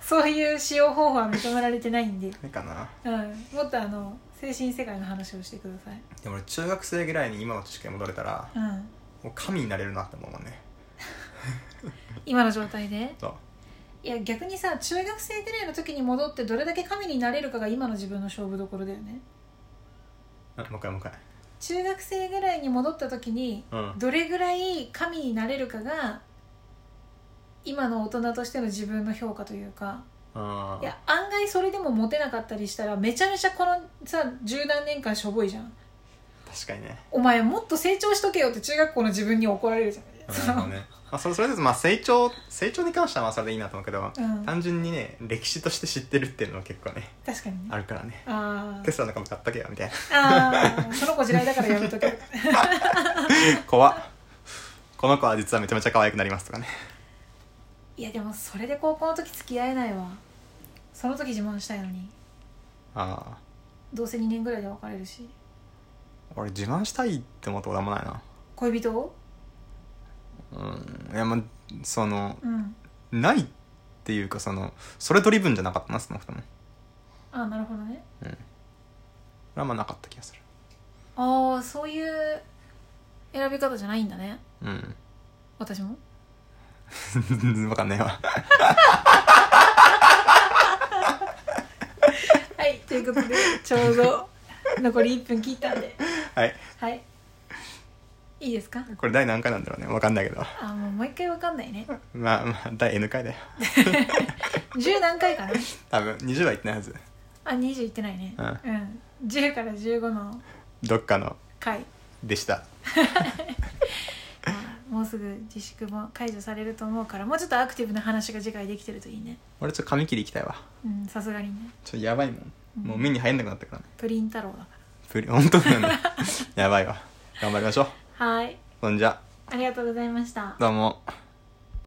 Speaker 2: そういう使用方法は認められてないんで、
Speaker 1: いいかな
Speaker 2: うん、もっとあの精神世界の話をしてください、
Speaker 1: でも俺中学生ぐらいに今の知識に戻れたら
Speaker 2: うん、
Speaker 1: もう神になれるなって思うもんね
Speaker 2: 今の状態で
Speaker 1: そう
Speaker 2: いや逆にさ中学生ぐらいの時に戻ってどれだけ神になれるかが今の自分の勝負どころだよね
Speaker 1: あもう一回もう一回
Speaker 2: 中学生ぐらいに戻った時に
Speaker 1: うん
Speaker 2: どれぐらい神になれるかが今の大人としての自分の評価というか
Speaker 1: あ
Speaker 2: いや案外それでもモテなかったりしたらめちゃめちゃこのさ十何年間しょぼいじゃん
Speaker 1: 確かにね
Speaker 2: お前もっと成長しとけよって中学校の自分に怒られるじゃん
Speaker 1: なるほどねまあそれそれですまあ成長成長に関してはまあそれでいいなと思うけど、
Speaker 2: うん
Speaker 1: 単純にね歴史として知ってるっていうのは結構ね
Speaker 2: 確かにね
Speaker 1: あるからね
Speaker 2: あ
Speaker 1: テスラの株買ったけよみたい
Speaker 2: あああその子地雷だからやめとけ
Speaker 1: な 怖っこの子は実はめちゃめちゃ可愛くなりますとかね
Speaker 2: いやでもそれで高校の時付き合えないわその時自慢したいのに
Speaker 1: ああ
Speaker 2: どうせ2年ぐらいで別れるし
Speaker 1: 俺自慢したいって思ったことあんまないな
Speaker 2: 恋人を
Speaker 1: うんいやまあその
Speaker 2: うん
Speaker 1: ないっていうかそのそれドリブンじゃなかったなその人も
Speaker 2: ああなるほどね
Speaker 1: あんまなかった気がする
Speaker 2: ああそういう選び方じゃないんだね
Speaker 1: うん
Speaker 2: 私も
Speaker 1: 全然わかんないわ
Speaker 2: はいということでちょうど残り1分切ったんで
Speaker 1: はい
Speaker 2: はいいいですか
Speaker 1: これ第何回なんだろうねわかんないけど
Speaker 2: あもう毎回わかんないね
Speaker 1: まあまあ第 N 回だよ
Speaker 2: 10何回かな
Speaker 1: 多分20は言ってないはず
Speaker 2: あ20いってないね
Speaker 1: あ
Speaker 2: うん10から15の
Speaker 1: どっかの
Speaker 2: 回
Speaker 1: でした
Speaker 2: まあもうすぐ自粛も解除されると思うからもうちょっとアクティブな話が次回できてるといいね
Speaker 1: 俺ちょっと髪切り行きたいわ
Speaker 2: うんさすがにね
Speaker 1: ちょっとやばいもんもう目に入んなくなったからね
Speaker 2: プリン太郎だか
Speaker 1: プリ本当だよ ねやばいわ頑張りましょう
Speaker 2: らはい
Speaker 1: そんじゃ
Speaker 2: ありがとうございました
Speaker 1: どうも